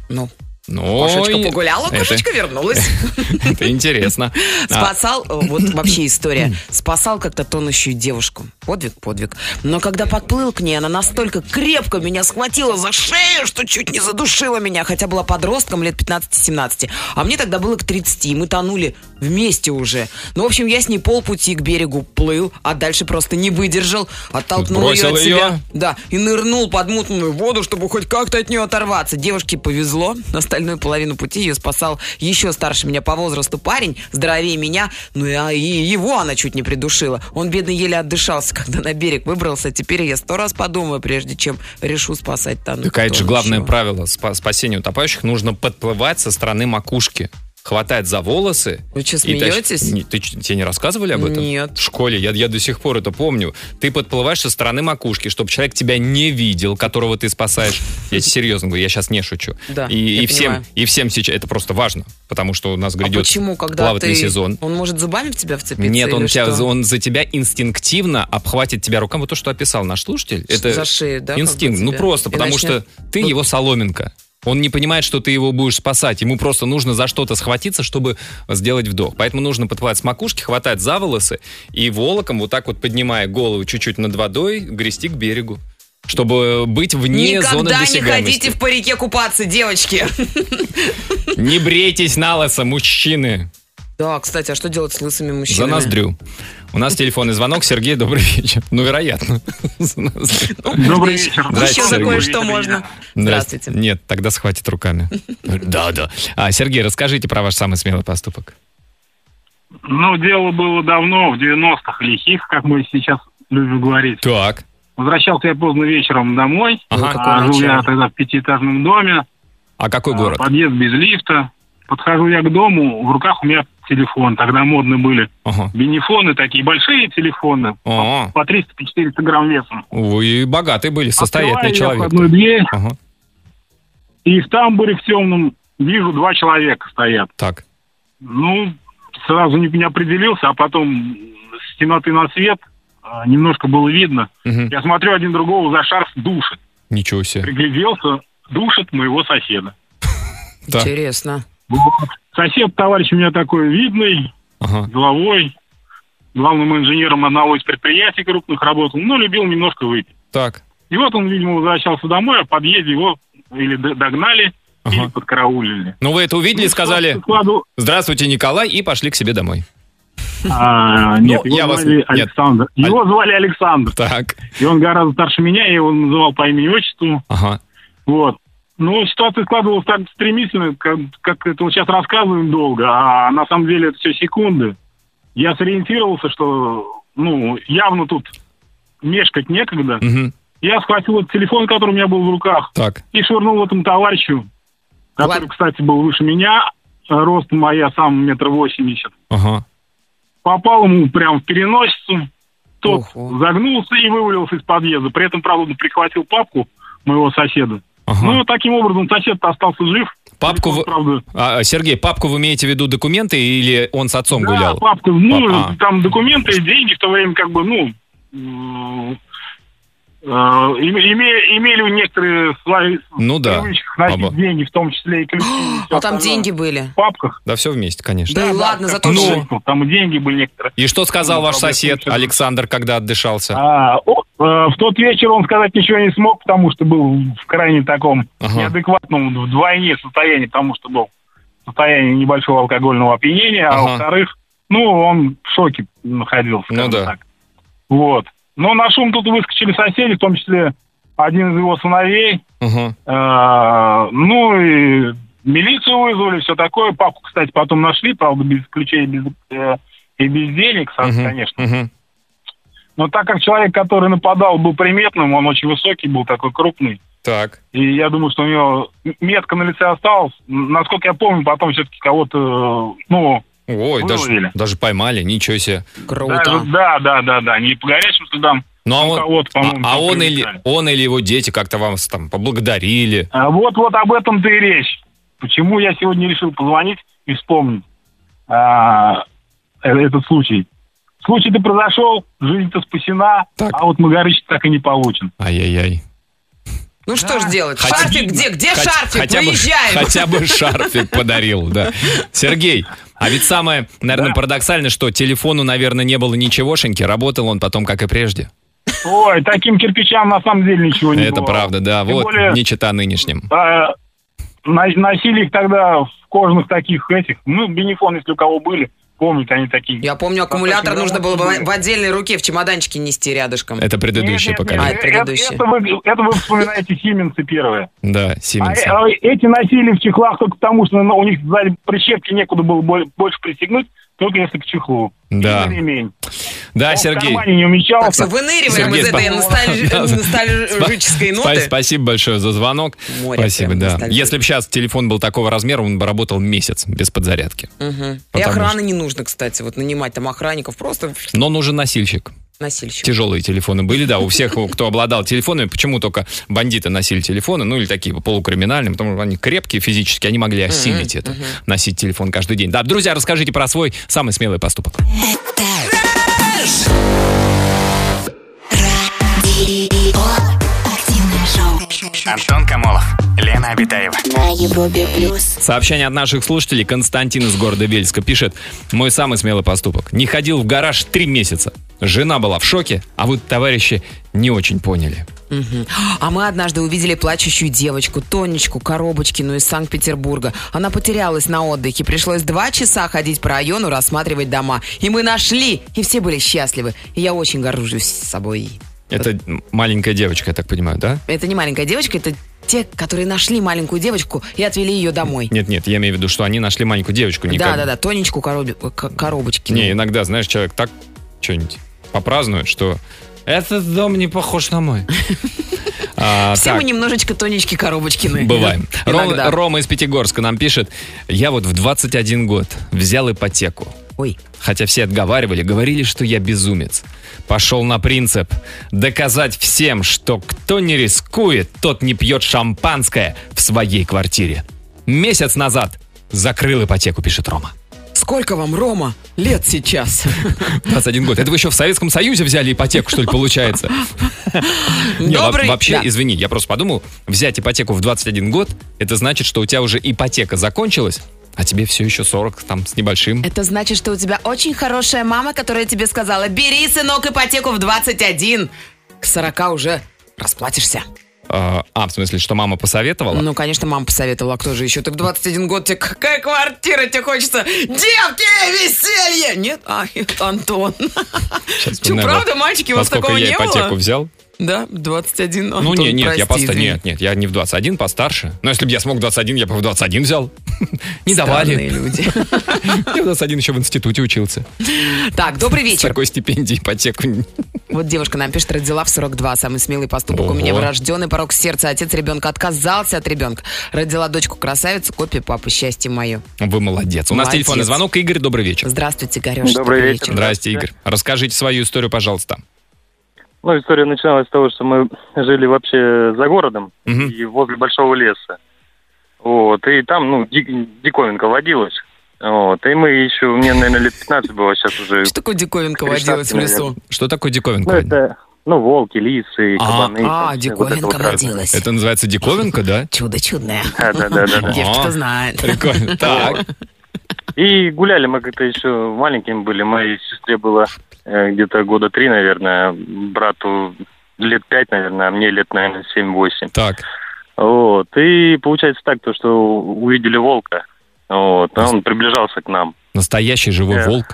Speaker 4: Ну,
Speaker 3: Ну,
Speaker 4: кошечка
Speaker 3: и-
Speaker 4: погуляла,
Speaker 3: это-
Speaker 4: кошечка вернулась.
Speaker 3: (laughs) Это, интересно. А,
Speaker 4: Спасал, э, вот вообще история, спасал как-то тонущую девушку. Подвиг, подвиг. Но когда подплыл к ней, она настолько крепко меня схватила за шею, что чуть не задушила меня, хотя была подростком лет 15-17. А мне тогда было к 30, и мы тонули вместе уже. Ну, в общем, я с ней полпути к берегу плыл, а дальше просто не выдержал, оттолкнул ее
Speaker 3: Бросил
Speaker 4: от себя.
Speaker 3: ее?
Speaker 4: Да, и нырнул под мутную воду, чтобы хоть как-то от нее оторваться. Девушке повезло, остальную половину пути ее спасал еще старше меня по возрасту парень, здоровее меня, ну и, а, и его она чуть не придушила. Он, бедный, еле отдышался, когда на берег выбрался. Теперь я сто раз подумаю, прежде чем решу Ну, спасать там.
Speaker 3: Так а это же главное правило спа- спасения утопающих. Нужно подплывать со стороны макушки. Хватать за волосы.
Speaker 4: Вы чё,
Speaker 3: и тащ-
Speaker 4: смеетесь?
Speaker 3: Не, ты ч- тебе не рассказывали об этом?
Speaker 4: Нет.
Speaker 3: В школе, я, я до сих пор это помню. Ты подплываешь со стороны макушки, чтобы человек тебя не видел, которого ты спасаешь. Я тебе серьезно говорю, я сейчас не шучу.
Speaker 4: Да,
Speaker 3: и,
Speaker 4: я
Speaker 3: и всем,
Speaker 4: понимаю.
Speaker 3: и всем сейчас, это просто важно, потому что у нас
Speaker 4: А
Speaker 3: грядет
Speaker 4: почему, когда
Speaker 3: плавательный
Speaker 4: ты...
Speaker 3: сезон.
Speaker 4: Он может зубами в тебя вцепиться?
Speaker 3: Нет, он,
Speaker 4: или
Speaker 3: тебя,
Speaker 4: что?
Speaker 3: он за тебя инстинктивно обхватит тебя руками. Вот то, что описал наш слушатель,
Speaker 4: Ш-
Speaker 3: это
Speaker 4: за шею, да, как бы
Speaker 3: инстинкт. Ну
Speaker 4: тебя?
Speaker 3: просто,
Speaker 4: И
Speaker 3: потому
Speaker 4: начнет-
Speaker 3: что ты его соломинка. Он не понимает, что ты его будешь спасать. Ему просто нужно за что-то схватиться, чтобы сделать вдох. Поэтому нужно подплывать с макушки, хватать за волосы и волоком, вот так вот поднимая голову чуть-чуть над водой, грести к берегу. Чтобы быть вне зоны
Speaker 4: Никогда не
Speaker 3: досягаемости.
Speaker 4: ходите в парике купаться, девочки!
Speaker 3: Не брейтесь на лысо, мужчины.
Speaker 4: Да, кстати, а что делать с лысыми
Speaker 3: За
Speaker 4: мужчинами?
Speaker 3: ноздрю. У нас телефонный звонок. Сергей, добрый вечер. Ну, вероятно. (laughs) За ноздрю.
Speaker 4: Ну,
Speaker 8: Добрый вечер.
Speaker 3: Здрасте,
Speaker 4: Еще за
Speaker 3: Сергей.
Speaker 4: кое-что можно.
Speaker 3: Здрасте.
Speaker 4: Здравствуйте.
Speaker 3: Ну, Нет, тогда
Speaker 10: (laughs)
Speaker 3: схватит руками. Да, да. А, Сергей, расскажите про ваш самый смелый поступок.
Speaker 10: Ну, дело было давно, в 90-х лихих, как мы сейчас любим говорить.
Speaker 3: Так.
Speaker 10: Возвращался я поздно вечером домой.
Speaker 3: Ага.
Speaker 10: А,
Speaker 4: Какое
Speaker 10: жил я
Speaker 4: начало?
Speaker 10: тогда в пятиэтажном доме.
Speaker 3: А какой
Speaker 10: а,
Speaker 3: город?
Speaker 10: Подъезд без лифта. Подхожу я к дому, в руках у меня телефон. Тогда модны были
Speaker 3: Ага.
Speaker 10: бенефоны, такие большие телефоны,
Speaker 3: О,
Speaker 10: по 300-400 грамм весом.
Speaker 3: вы богатые были,
Speaker 10: Открываю
Speaker 3: состоятельный
Speaker 10: А я
Speaker 3: человек.
Speaker 10: входную дверь,
Speaker 3: Ага.
Speaker 10: и в тамбуре в темном вижу два человека стоят.
Speaker 3: Так.
Speaker 10: Ну, сразу не, не определился, а потом с темноты на свет а, немножко было видно.
Speaker 3: Мгм.
Speaker 10: Я смотрю, один другого за шарф душит.
Speaker 3: Ничего себе.
Speaker 10: Пригляделся, душит моего соседа.
Speaker 3: Да.
Speaker 4: Интересно.
Speaker 10: Вот. Сосед, товарищ у меня такой видный,
Speaker 3: Ага.
Speaker 10: деловой, главным инженером одного из предприятий крупных работал, но любил немножко выпить.
Speaker 3: Так.
Speaker 10: И вот он, видимо, возвращался домой, а в подъезде его или д- догнали, или
Speaker 3: Ага.
Speaker 10: подкараулили.
Speaker 3: Ну, вы это увидели,
Speaker 10: Ну,
Speaker 3: сказали,
Speaker 10: складу-
Speaker 3: здравствуйте, Николай, и пошли к себе домой.
Speaker 10: А, нет,
Speaker 3: Ну,
Speaker 10: его
Speaker 3: я вас-
Speaker 10: звали
Speaker 3: нет.
Speaker 10: Александр. Его звали Александр.
Speaker 3: Так.
Speaker 10: И он гораздо старше меня, я его называл по имени и отчеству.
Speaker 3: Ага.
Speaker 10: Вот. Ну, ситуация складывалась так стремительно, как, как это вот сейчас рассказываем долго, а на самом деле это все секунды. Я сориентировался, что, ну, явно тут мешкать некогда.
Speaker 3: Мгм.
Speaker 10: Я схватил вот телефон, который у меня был в руках,
Speaker 3: Так.
Speaker 10: и швырнул этому товарищу, который,
Speaker 4: Ладно.
Speaker 10: кстати, был выше меня, э, рост моя сам метр восемьдесят.
Speaker 3: Ага.
Speaker 10: Попал ему прям в переносицу, тот
Speaker 4: Ого.
Speaker 10: загнулся и вывалился из подъезда. При этом, правда, он прихватил папку моего соседа.
Speaker 3: Ага.
Speaker 10: Ну, таким образом, сосед остался жив.
Speaker 3: Папку
Speaker 10: Телефон,
Speaker 3: вы-
Speaker 10: правда.
Speaker 3: А, Сергей, папку вы имеете в виду документы или он с отцом
Speaker 10: Да,
Speaker 3: гулял?
Speaker 10: папка, ну,
Speaker 3: Пап- а.
Speaker 10: там документы, деньги в то время, как бы, ну, м, э, име- име- имели некоторые свои
Speaker 3: Ну да.
Speaker 10: привычки носить
Speaker 3: Оба.
Speaker 10: деньги, в том числе и ключи. и всё
Speaker 4: А там
Speaker 10: остальное.
Speaker 4: деньги были.
Speaker 10: В папках.
Speaker 3: Да все вместе, конечно.
Speaker 4: Да и ладно,
Speaker 10: как
Speaker 4: зато
Speaker 10: он
Speaker 3: Ну.
Speaker 4: что-
Speaker 10: выяснил, Там и деньги были некоторые.
Speaker 3: И что сказал
Speaker 10: Ну,
Speaker 3: ваш
Speaker 10: проблема в том,
Speaker 3: сосед
Speaker 10: что-
Speaker 3: Александр, когда отдышался?
Speaker 10: А, о, э, в тот вечер он сказать ничего не смог, потому что был в крайне таком
Speaker 3: Ага.
Speaker 10: неадекватном вдвойне состоянии, потому что был в состоянии небольшого алкогольного опьянения, а
Speaker 3: Ага.
Speaker 10: во-вторых, ну, он в шоке находился.
Speaker 3: Ну
Speaker 10: скажем
Speaker 3: да.
Speaker 10: так. Вот. Но на шум тут выскочили соседи, в том числе один из его сыновей.
Speaker 3: Ага.
Speaker 10: Э, ну и милицию вызвали, все такое. Папку, кстати, потом нашли, правда, без ключей без, э, и без денег, со-
Speaker 3: Мгм.
Speaker 10: конечно.
Speaker 3: Мгм.
Speaker 10: Но так как человек, который нападал, был приметным, он очень высокий был, такой крупный,
Speaker 3: Так.
Speaker 10: и я думаю, что у него метка на лице осталась. М, Насколько я помню, потом все-таки кого-то, э, ну,
Speaker 3: Ой, даже,
Speaker 10: Выловили.
Speaker 3: даже поймали, ничего себе.
Speaker 10: даже-
Speaker 4: Круто.
Speaker 10: да, да, да, да, не по горячим следам,
Speaker 3: Ну, а
Speaker 10: ну,
Speaker 3: он,
Speaker 10: кого-то,
Speaker 3: а,
Speaker 10: по-моему,
Speaker 3: а
Speaker 10: там
Speaker 3: он, или,
Speaker 10: привлекали.
Speaker 3: он или его дети как-то вам с- там поблагодарили.
Speaker 10: А Вот, вот об этом-то и речь. Почему я сегодня решил позвонить и вспомнить а, э, этот случай? Случай-то произошел, жизнь-то спасена,
Speaker 3: Так.
Speaker 10: а вот Магарыч так и не получен.
Speaker 3: Ай-яй-яй.
Speaker 4: Ну что ж делать?
Speaker 3: Хотя-
Speaker 4: Шарфик где? Где
Speaker 3: Хоть-
Speaker 4: шарфик?
Speaker 3: хотя, бы,
Speaker 4: Выезжаем.
Speaker 3: хотя бы шарфик подарил, да. Сергей, а ведь самое, наверное, парадоксальное, что телефону, наверное, не было ничегошеньки, работал он потом, как и прежде.
Speaker 10: Ой, таким кирпичам на самом деле ничего не
Speaker 3: Это
Speaker 10: бывало.
Speaker 3: правда, да,
Speaker 10: Тем
Speaker 3: вот,
Speaker 10: более-
Speaker 3: не чита нынешним.
Speaker 10: А, на- носили их тогда в кожаных таких этих, ну, бенефон, если у кого были, помнят они такие.
Speaker 4: Я помню, аккумулятор нужно
Speaker 10: Достаточно
Speaker 4: было бы
Speaker 10: романтичные.
Speaker 4: в отдельной руке в чемоданчике нести рядышком.
Speaker 3: Это предыдущее
Speaker 10: Нет, нет, нет,
Speaker 4: А,
Speaker 3: поколение.
Speaker 4: это предыдущее.
Speaker 10: Э, Это, вы, это вы вспоминаете Сименсы первые.
Speaker 3: Да,
Speaker 10: А,
Speaker 3: Сименс.
Speaker 10: э- а эти носили в чехлах только потому, что ну, у них сзади прищепки некуда было бо- больше пристегнуть, только если к чехлу.
Speaker 3: Да.
Speaker 10: И на ремень.
Speaker 3: Да,
Speaker 10: Он в
Speaker 3: Сергей.
Speaker 10: кармане не
Speaker 4: Так, все,
Speaker 10: умещался.
Speaker 4: выныриваем
Speaker 3: Сергей,
Speaker 4: из этой
Speaker 3: спа-
Speaker 4: носталь-
Speaker 3: (laughs) Да, да.
Speaker 4: ностальжической
Speaker 3: Спа-
Speaker 4: ноты.
Speaker 3: Спасибо большое за звонок.
Speaker 4: Море
Speaker 3: спасибо,
Speaker 4: прям
Speaker 3: да.
Speaker 4: ностальгии.
Speaker 3: Если бы сейчас телефон был такого размера, он бы работал месяц без подзарядки.
Speaker 4: Мгм. И
Speaker 3: Потому
Speaker 4: охраны
Speaker 3: что-
Speaker 4: не нужно, кстати, вот нанимать там охранников, просто
Speaker 3: Но нужен носильщик.
Speaker 4: носильщик.
Speaker 3: Тяжелые телефоны были, да, у всех, у- кто обладал телефонами, почему только бандиты носили телефоны, ну или такие полукриминальные, потому что они крепкие физически, они могли осилить это, носить телефон каждый день. Да, друзья, расскажите про свой самый смелый поступок.
Speaker 2: Радио. Активное шоу.
Speaker 11: Антон Камолов, Лена Обитаева.
Speaker 2: На Европе плюс.
Speaker 3: Сообщение от наших слушателей Константин из города Вельска пишет. Мой самый смелый поступок. Не ходил в гараж три месяца. Жена была в шоке, а вот товарищи не очень поняли.
Speaker 4: Мгм. А мы однажды увидели плачущую девочку, Тонечку Коробочкину из Санкт-Петербурга. Она потерялась на отдыхе. Пришлось два часа ходить по району, рассматривать дома. И мы нашли, и все были счастливы. И я очень горжусь собой.
Speaker 3: Это маленькая девочка, я так понимаю, да?
Speaker 4: Это не маленькая девочка, это те, которые нашли маленькую девочку и отвели ее домой.
Speaker 3: Нет-нет, я имею в виду, что они нашли маленькую девочку. не как-
Speaker 4: Да-да-да, Тонечку Короби- К- Коробочкину.
Speaker 3: Не, иногда, знаешь, человек так что-нибудь попразднует, что этот дом не похож на
Speaker 4: (laughs)
Speaker 3: мой. А,
Speaker 4: Все
Speaker 3: так.
Speaker 4: мы немножечко Тонечки Коробочкины.
Speaker 3: Бываем. Ром-
Speaker 4: Иногда.
Speaker 3: Рома из Пятигорска нам пишет, я вот в 21 год взял ипотеку.
Speaker 4: Ой.
Speaker 3: Хотя все отговаривали, говорили, что я безумец. Пошел на принцип доказать всем, что кто не рискует, тот не пьет шампанское в своей квартире. Месяц назад закрыл ипотеку, пишет Рома.
Speaker 4: Сколько вам, Рома, лет сейчас?
Speaker 3: 21 год. Это вы еще в Советском Союзе взяли ипотеку, что ли,
Speaker 4: (laughs)
Speaker 3: получается? Не, во-
Speaker 4: Добрый-
Speaker 3: вообще,
Speaker 4: Да.
Speaker 3: извини, я просто подумал, взять ипотеку в 21 год, это значит, что у тебя уже ипотека закончилась, а тебе все еще 40 там с небольшим.
Speaker 4: Это значит, что у тебя очень хорошая мама, которая тебе сказала, бери, сынок, ипотеку в 21. К 40 уже расплатишься.
Speaker 3: А, а, в смысле, что мама посоветовала?
Speaker 4: Ну, конечно, мама посоветовала, а кто же еще? Ты в 21 год, тебе какая квартира, тебе хочется? Девки, веселье! Нет? А, это Антон.
Speaker 3: Сейчас
Speaker 4: Чё,
Speaker 3: вспоминаю,
Speaker 4: правда, мальчики, у
Speaker 3: во
Speaker 4: вас
Speaker 3: сколько
Speaker 4: такого
Speaker 3: я
Speaker 4: не
Speaker 3: ипотеку
Speaker 4: было?
Speaker 3: взял?
Speaker 4: Да, 21.
Speaker 3: ну,
Speaker 4: Антон,
Speaker 3: не, нет, я
Speaker 4: прости,
Speaker 3: поста...
Speaker 4: извини.
Speaker 3: Нет, нет, я не в 21, постарше. Но если бы я смог в 21, я бы в 21 взял. (laughs) Не
Speaker 4: Странные
Speaker 3: давали.
Speaker 4: люди.
Speaker 3: (laughs)
Speaker 4: (laughs)
Speaker 3: Я в 21 еще в институте учился.
Speaker 4: Так, добрый
Speaker 3: С
Speaker 4: вечер.
Speaker 3: такой стипендии ипотеку. не-
Speaker 4: Вот девушка нам пишет, родила в 42. Самый смелый поступок у меня
Speaker 3: Ого.
Speaker 4: врожденный порог сердца. Отец ребенка отказался от ребенка. Родила дочку красавицу, копия папы, счастье мое.
Speaker 3: Вы молодец. У нас
Speaker 4: Молодец.
Speaker 3: телефонный звонок. Игорь, добрый вечер.
Speaker 4: Здравствуйте, Гореш.
Speaker 12: Добрый вечер.
Speaker 3: Здрасте, Игорь. Расскажите свою историю, пожалуйста.
Speaker 12: Ну, история начиналась с того, что мы жили вообще за городом
Speaker 3: Мгм.
Speaker 12: и возле большого леса. Вот, и там, ну, ди- диковинка водилась. Вот, и мы еще, мне, наверное, лет 15 было сейчас уже.
Speaker 4: Что такое диковинка
Speaker 12: Крестак,
Speaker 4: водилась в лесу?
Speaker 3: Что такое
Speaker 12: Ну,
Speaker 3: диковинка?
Speaker 12: это, ну, волки, лисы,
Speaker 3: А,
Speaker 12: кабаны.
Speaker 4: а,
Speaker 12: там,
Speaker 4: диковинка
Speaker 12: вот это вот разное.
Speaker 4: водилась.
Speaker 3: Это называется диковинка, да?
Speaker 4: Чудо чудное.
Speaker 12: Да, да, да, да, да.
Speaker 4: (laughs) Девки-то знают.
Speaker 3: Прикольно. (laughs) Так.
Speaker 12: И гуляли мы как-то еще маленькими были. Моей сестре было э, где-то года три, наверное, брату лет пять, наверное, а мне лет, наверное, семь-восемь.
Speaker 3: Так.
Speaker 12: Вот. И получается так, то, что увидели волка. Вот. А он приближался к нам.
Speaker 3: Настоящий живой
Speaker 12: Да.
Speaker 3: волк.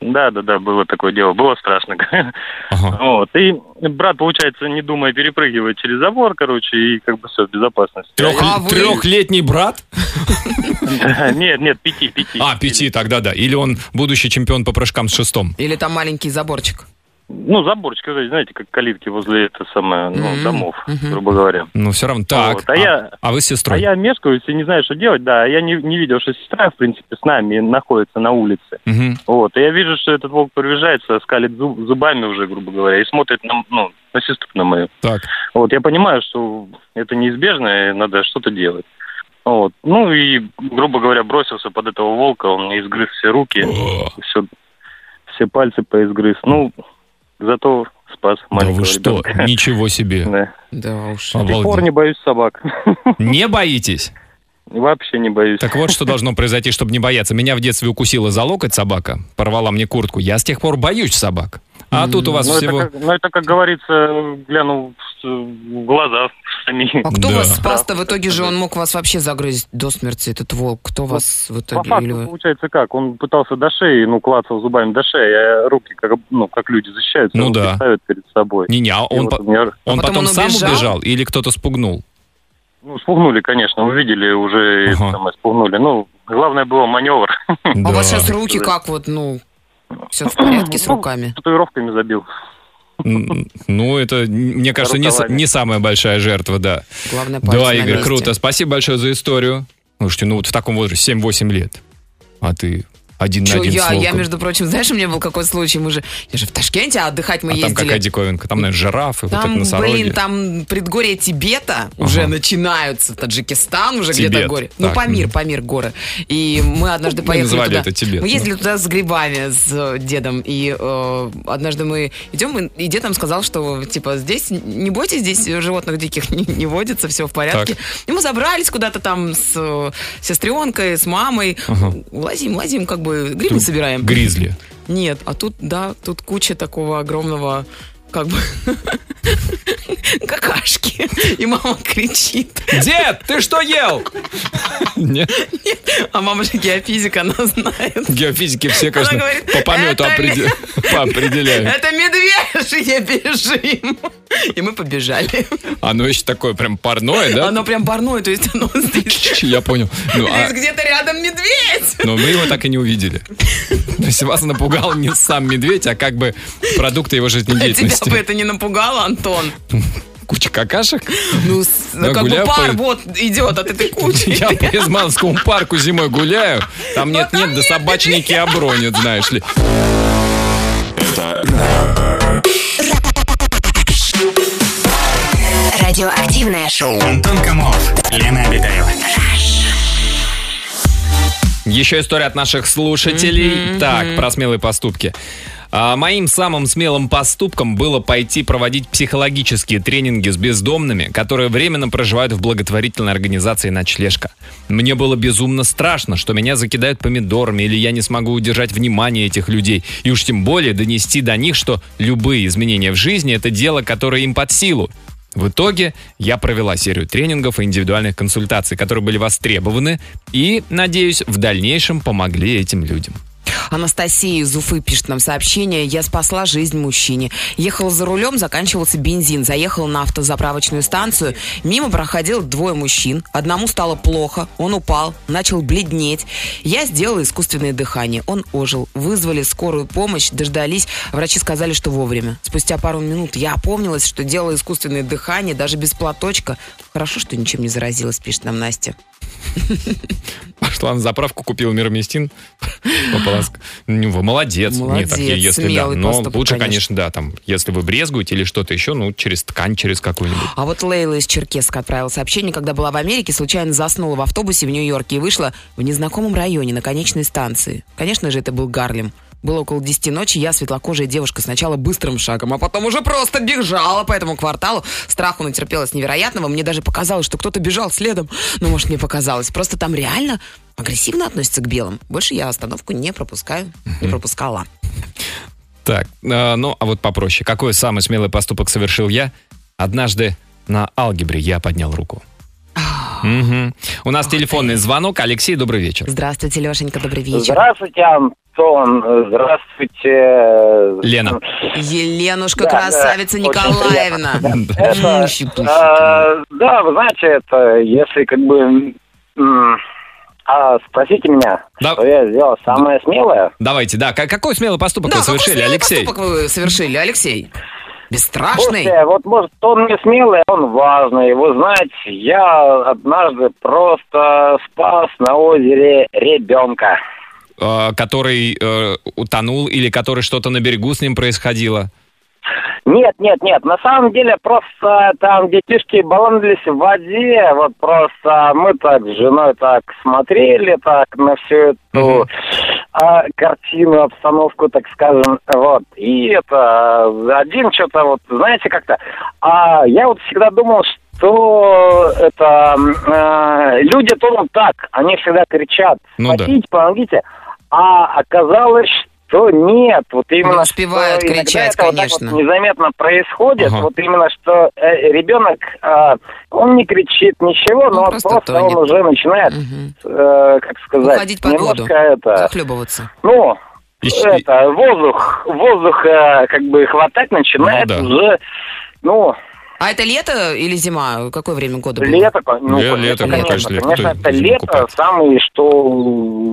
Speaker 12: Да, да, да, было такое дело. Было страшно. (laughs)
Speaker 3: Ага.
Speaker 12: Вот. И брат, получается, не думая, перепрыгивает через забор, короче, и как бы все, (laughs) безопасность.
Speaker 4: А вы-
Speaker 3: Трехлетний брат?
Speaker 12: Нет, нет, пяти, пяти.
Speaker 3: А, пяти тогда, да. Или он будущий чемпион по прыжкам с шестом.
Speaker 4: Или там маленький заборчик.
Speaker 12: Ну, заборчик, знаете, как калитки возле это самое,
Speaker 4: Мгм,
Speaker 12: ну, домов,
Speaker 4: мгм.
Speaker 12: грубо говоря.
Speaker 3: Ну, все равно. Так.
Speaker 12: Вот, а я-
Speaker 3: А вы с
Speaker 12: А
Speaker 3: сестрой?
Speaker 12: я мешкаюсь и не знаю, что делать, да. Я не, не видел, что сестра, в принципе, с нами находится на улице.
Speaker 3: Мгм.
Speaker 12: Вот. И я вижу, что этот волк приближается, скалит зуб- зубами уже, грубо говоря, и смотрит на, м- ну, на сестру на мою.
Speaker 3: Так.
Speaker 12: Вот. Я понимаю, что это неизбежно, и надо что-то делать. Вот. Ну и, грубо говоря, бросился под этого волка, он мне изгрыз все руки,
Speaker 3: О,
Speaker 12: все, все пальцы поизгрыз. Ну, зато спас
Speaker 3: Да вы
Speaker 12: маленького
Speaker 3: что?
Speaker 12: ребенка. (laughs)
Speaker 3: Ничего себе.
Speaker 12: Да.
Speaker 4: Да уж.
Speaker 12: С тех пор
Speaker 3: Обалдеть.
Speaker 12: не боюсь собак. (laughs)
Speaker 3: Не боитесь?
Speaker 12: Вообще не боюсь.
Speaker 3: Так вот, что должно произойти, чтобы не бояться. Меня в детстве укусила за локоть собака, порвала мне куртку. Я с тех пор боюсь собак. А тут у вас
Speaker 13: Ну,
Speaker 3: всего...
Speaker 13: это, как, ну, это, как говорится, глянул в с- в глаза сами.
Speaker 4: А кто
Speaker 3: Да.
Speaker 4: вас спас-то? В итоге же он мог вас вообще загрызть до смерти, этот волк.
Speaker 12: Ну,
Speaker 4: Кто вас в
Speaker 13: По
Speaker 4: итоге... или
Speaker 13: факту
Speaker 4: вы-
Speaker 13: получается как? Он пытался до шеи, ну, клацал зубами до шеи, а руки, как, ну, как люди защищаются,
Speaker 3: Ну
Speaker 13: руки
Speaker 3: да.
Speaker 13: ставят перед собой.
Speaker 3: Не-не, а
Speaker 13: И
Speaker 3: он,
Speaker 13: вот
Speaker 3: по-
Speaker 13: у меня,
Speaker 3: он
Speaker 4: А потом
Speaker 3: потом
Speaker 4: он
Speaker 3: сам
Speaker 4: убежал?
Speaker 3: убежал или кто-то спугнул?
Speaker 13: ну, спугнули, конечно, увидели уже, и
Speaker 3: Ага.
Speaker 13: самое, спугнули. Ну, главное было маневр. (laughs)
Speaker 4: (laughs) А у вас
Speaker 3: Да.
Speaker 4: сейчас руки как вот, ну... Все в порядке с
Speaker 13: Ну,
Speaker 4: руками?
Speaker 13: Татуировками забил.
Speaker 3: М, Ну, это, мне кажется, не, с-
Speaker 13: Рукавами.
Speaker 3: не самая большая жертва, да.
Speaker 4: Главное, пальцы
Speaker 3: Да,
Speaker 4: на
Speaker 3: Игорь,
Speaker 4: месте.
Speaker 3: круто. Спасибо большое за историю. Слушайте, ну вот в таком возрасте 7-8 лет. А ты один на
Speaker 4: Чё
Speaker 3: один с
Speaker 4: я? Я,
Speaker 3: волком.
Speaker 4: между прочим, знаешь, у меня был какой случай, мы же... Я же в Ташкенте, а отдыхать мы
Speaker 3: А там
Speaker 4: ездили.
Speaker 3: какая диковинка? Там, наверное, жирафы, вот это
Speaker 4: Там,
Speaker 3: носороги.
Speaker 4: блин, там предгорье Тибета уже
Speaker 3: Ага.
Speaker 4: начинаются, Таджикистан уже
Speaker 3: Тибет,
Speaker 4: где-то горе. Ну,
Speaker 3: так,
Speaker 4: Памир,
Speaker 3: мгм.
Speaker 4: Памир горы. И мы однажды
Speaker 3: Мы
Speaker 4: поехали
Speaker 3: называли
Speaker 4: туда.
Speaker 3: это Тибет, ну.
Speaker 4: Мы
Speaker 3: да.
Speaker 4: ездили туда с грибами, с э, дедом. И э, однажды мы идем, и- и дед нам сказал, что, типа, здесь, не бойтесь, здесь животных диких не, не водится, все в порядке. И мы забрались куда-то там с э, сестренкой, с мамой.
Speaker 3: Ага.
Speaker 4: Лазим, лазим, как бы грибы
Speaker 3: Тут
Speaker 4: собираем. (laughs)
Speaker 3: Гризли.
Speaker 4: Нет, а тут, да, тут куча такого огромного, как бы, (laughs) какашки. И мама кричит.
Speaker 3: Дед, ты что (laughs) ел? Нет,
Speaker 4: А мама же геофизика, она знает.
Speaker 3: геофизики все, конечно,
Speaker 4: говорит,
Speaker 3: по помету
Speaker 4: «Это
Speaker 3: опреде- (laughs) по-
Speaker 4: (laughs)
Speaker 3: определяют.
Speaker 4: Это медвежье, бежим. И мы побежали.
Speaker 3: Оно еще такое прям парное, да?
Speaker 4: Оно прям парное, то есть оно здесь...
Speaker 3: Я понял. Ну, а-
Speaker 4: здесь где-то рядом медведь.
Speaker 3: Но мы его так и не увидели. То есть вас напугал не сам медведь, а как бы продукты его
Speaker 4: Тебя бы
Speaker 3: жизнедеятельности.
Speaker 4: это не напугало, Антон.
Speaker 3: Куча какашек.
Speaker 4: Ну, с-
Speaker 3: Да,
Speaker 4: как бы
Speaker 3: гуляй
Speaker 4: пар
Speaker 3: по-
Speaker 4: вот идет а от этой кучи.
Speaker 3: Я по Изманскому парку зимой гуляю. Там нет-нет, да собачники обронят, знаешь ли.
Speaker 2: Радиоактивное шоу.
Speaker 14: Антон Камолов, Лена Обитаева.
Speaker 3: Еще история от наших слушателей. Так, про смелые поступки. А, Моим самым смелым поступком было пойти проводить психологические тренинги с бездомными, которые временно проживают в благотворительной организации «Ночлежка». Мне было безумно страшно, что меня закидают помидорами, или я не смогу удержать внимание этих людей, и уж тем более донести до них, что любые изменения в жизни – это дело, которое им под силу. В итоге я провела серию тренингов и индивидуальных консультаций, которые были востребованы и, надеюсь, в дальнейшем помогли этим людям.
Speaker 4: Анастасия из Уфы пишет нам сообщение. Я спасла жизнь мужчине. Ехал за рулем, заканчивался бензин. Заехал на автозаправочную станцию. Мимо проходил двое мужчин. Одному стало плохо. Он упал, начал бледнеть. Я сделала искусственное дыхание. Он ожил. Вызвали скорую помощь, дождались. Врачи сказали, что вовремя. Спустя пару минут я опомнилась, что делала искусственное дыхание, даже без платочка. Хорошо, что ничем не заразилась, пишет нам Настя.
Speaker 3: Пошла на заправку, купила мироместин. (laughs) Пополоска. Ну, вы молодец.
Speaker 4: Молодец,
Speaker 3: так, если да.
Speaker 4: смелый
Speaker 3: Но
Speaker 4: поступок,
Speaker 3: лучше,
Speaker 4: конечно.
Speaker 3: конечно, да, там, если вы брезгуете или что-то еще, ну, через ткань, через какую-нибудь.
Speaker 4: А вот Лейла из Черкеска отправила сообщение, когда была в Америке, случайно заснула в автобусе в Нью-Йорке и вышла в незнакомом районе на конечной станции. Конечно же, это был Гарлем. Было около 10 ночи, я, светлокожая девушка, сначала быстрым шагом, а потом уже просто бежала по этому кварталу. Страху натерпелась невероятного, мне даже показалось, что кто-то бежал следом. Ну, может, мне показалось. Просто там реально агрессивно относятся к белым. Больше я остановку не пропускаю, не пропускала.
Speaker 3: Так, э, ну, а вот попроще. Какой самый смелый поступок совершил я? Однажды на алгебре я поднял руку. Мгм. У нас телефонный звонок. Алексей, добрый вечер.
Speaker 4: Здравствуйте, Лешенька, добрый вечер.
Speaker 13: Здравствуйте, Антон. Здравствуйте.
Speaker 3: Лена.
Speaker 4: Еленушка
Speaker 13: Да, да,
Speaker 4: красавица
Speaker 13: очень
Speaker 4: Николаевна.
Speaker 13: Это,
Speaker 4: М, щепушечка.
Speaker 13: э, да, вы знаете, это если как бы... м, а, спросите меня,
Speaker 3: Да.
Speaker 13: что я сделал самое смелое.
Speaker 3: Давайте, да. Ка- Какой смелый поступок
Speaker 4: Да, а
Speaker 3: вы совершили,
Speaker 4: какой смелый
Speaker 3: Алексей?
Speaker 4: поступок вы совершили, Алексей? Бесстрашный.
Speaker 13: Слушайте, вот может он не смелый, а он важный. Вы знаете, я однажды просто спас на озере ребенка.
Speaker 3: Э, который э, утонул или который что-то на берегу с ним происходило?
Speaker 13: Нет, нет, нет, на самом деле просто там детишки баландились в воде, вот просто мы так с женой так смотрели так на всю эту
Speaker 3: Мгм.
Speaker 13: а, картину, обстановку, так скажем, вот, и это, один что-то вот, знаете, как-то, а я вот всегда думал, что это, м, э, люди тонут так, они всегда кричат,
Speaker 3: Ну да.
Speaker 13: спасите, помогите, а оказалось, Что нет, вот именно
Speaker 4: успевают
Speaker 13: что Ну, иногда
Speaker 4: кричать,
Speaker 13: это вот так
Speaker 4: конечно.
Speaker 13: вот незаметно происходит,
Speaker 3: Ага.
Speaker 13: вот именно что э, ребенок, а, он не кричит ничего,
Speaker 4: Он
Speaker 13: но
Speaker 4: просто
Speaker 13: просто,
Speaker 4: тонет.
Speaker 13: он уже начинает,
Speaker 4: Мгм.
Speaker 13: э, как сказать,
Speaker 4: Уходить под
Speaker 13: немножко
Speaker 4: воду.
Speaker 13: это,
Speaker 4: Захлебываться.
Speaker 13: ну,
Speaker 3: И-
Speaker 13: это воздух, воздух э, как бы хватать начинает
Speaker 3: Ну да.
Speaker 13: уже, ну
Speaker 4: А это лето или зима? Какое время года? было?
Speaker 13: лето, кон- ну,
Speaker 3: Ле-
Speaker 13: конечно,
Speaker 3: лето, ну,
Speaker 13: конечно,
Speaker 3: конечно, лето.
Speaker 13: конечно,
Speaker 3: Кто
Speaker 13: это
Speaker 3: зимой
Speaker 13: лето,
Speaker 3: купается?
Speaker 13: самый что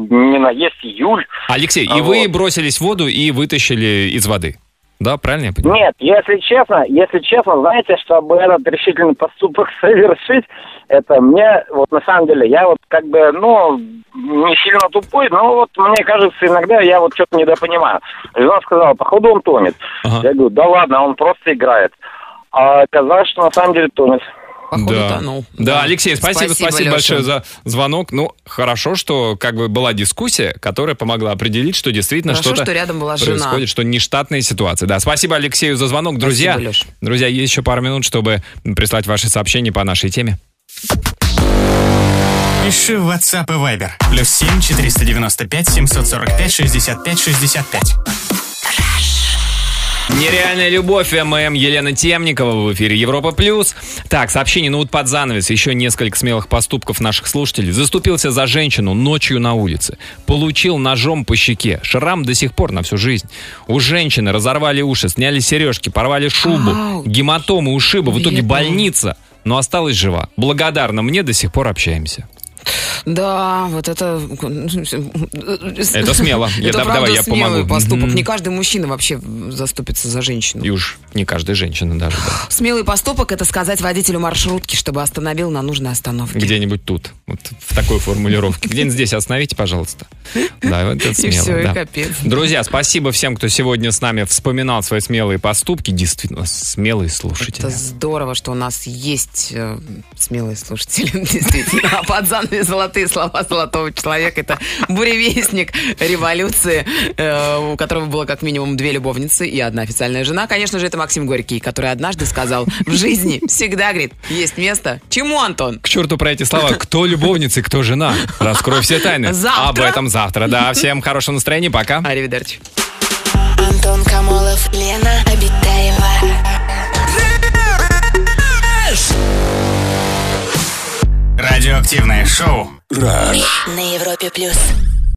Speaker 13: не на есть июль.
Speaker 3: Алексей,
Speaker 13: А
Speaker 3: и вы
Speaker 13: вот.
Speaker 3: бросились в воду и вытащили из воды. Да, правильно я понимаю?
Speaker 13: Нет, если честно, если честно, знаете, чтобы этот решительный поступок (laughs) совершить, это мне, вот на самом деле, я вот как бы, ну, не сильно тупой, но вот мне кажется, иногда я вот что-то недопонимаю. И он сказал, походу он тонет.
Speaker 3: Ага.
Speaker 13: Я говорю, да ладно, он просто играет. А оказалось, что на самом деле тонет.
Speaker 4: Походу,
Speaker 3: да.
Speaker 4: тонул.
Speaker 3: Да, Алексей, спасибо, спасибо,
Speaker 4: ну, Лёша.
Speaker 3: большое за звонок. Ну, хорошо, что как бы была дискуссия, которая помогла определить, что действительно
Speaker 4: Хорошо,
Speaker 3: что-то
Speaker 4: что рядом была жена.
Speaker 3: происходит, что нештатная ситуация. Да, спасибо Алексею за звонок, друзья.
Speaker 4: Спасибо, Лёш.
Speaker 3: друзья, есть еще пару минут, чтобы прислать ваши сообщения по нашей теме.
Speaker 5: Пиши в WhatsApp и Viber. Плюс 7 495 745 65 65.
Speaker 3: Нереальная любовь, ММ Елена Темникова в эфире Европа Плюс. Так, сообщение, ну вот под занавес, еще несколько смелых поступков наших слушателей. Заступился за женщину ночью на улице. Получил ножом по щеке. Шрам до сих пор на всю жизнь. У женщины разорвали уши, сняли сережки, порвали шубу,
Speaker 4: Ауч.
Speaker 3: гематомы, ушибы. В итоге
Speaker 4: Бедная.
Speaker 3: больница, но осталась жива. Благодарна мне, до сих пор общаемся.
Speaker 4: Да, вот это...
Speaker 3: Это
Speaker 4: Это
Speaker 3: смело. Я дав- давай,
Speaker 4: правда
Speaker 3: я
Speaker 4: смелый
Speaker 3: помогу.
Speaker 4: поступок.
Speaker 3: Мгм.
Speaker 4: Не каждый мужчина вообще заступится за женщину.
Speaker 3: И уж не каждая женщина даже. да.
Speaker 4: Смелый поступок – это сказать водителю маршрутки, чтобы остановил на нужной остановке.
Speaker 3: Где-нибудь тут, вот в такой формулировке. Где-нибудь здесь остановите, пожалуйста. Да, вот это
Speaker 4: (laughs) И
Speaker 3: смело.
Speaker 4: все,
Speaker 3: да.
Speaker 4: и капец.
Speaker 3: Друзья, спасибо всем, кто сегодня с нами вспоминал свои смелые поступки. Действительно, смелые слушатели.
Speaker 4: Это здорово, что у нас есть э, смелые слушатели, (laughs) действительно. А под занавес золотые слова золотого человека – это буревестник революции, э, у которого было как минимум две любовницы и одна официальная жена. Конечно же, это Максим Горький, который однажды сказал в жизни всегда, говорит, есть место. Чему, Антон?
Speaker 3: К черту про эти слова. Кто любовница и кто жена? Раскрой все тайны.
Speaker 4: Завтра.
Speaker 3: Об этом завтра. Да, всем хорошего настроения. Пока.
Speaker 4: Аривидерчи.
Speaker 2: Антон Камолов, Лена Обитаева.
Speaker 5: Радиоактивное шоу
Speaker 2: На Европе плюс.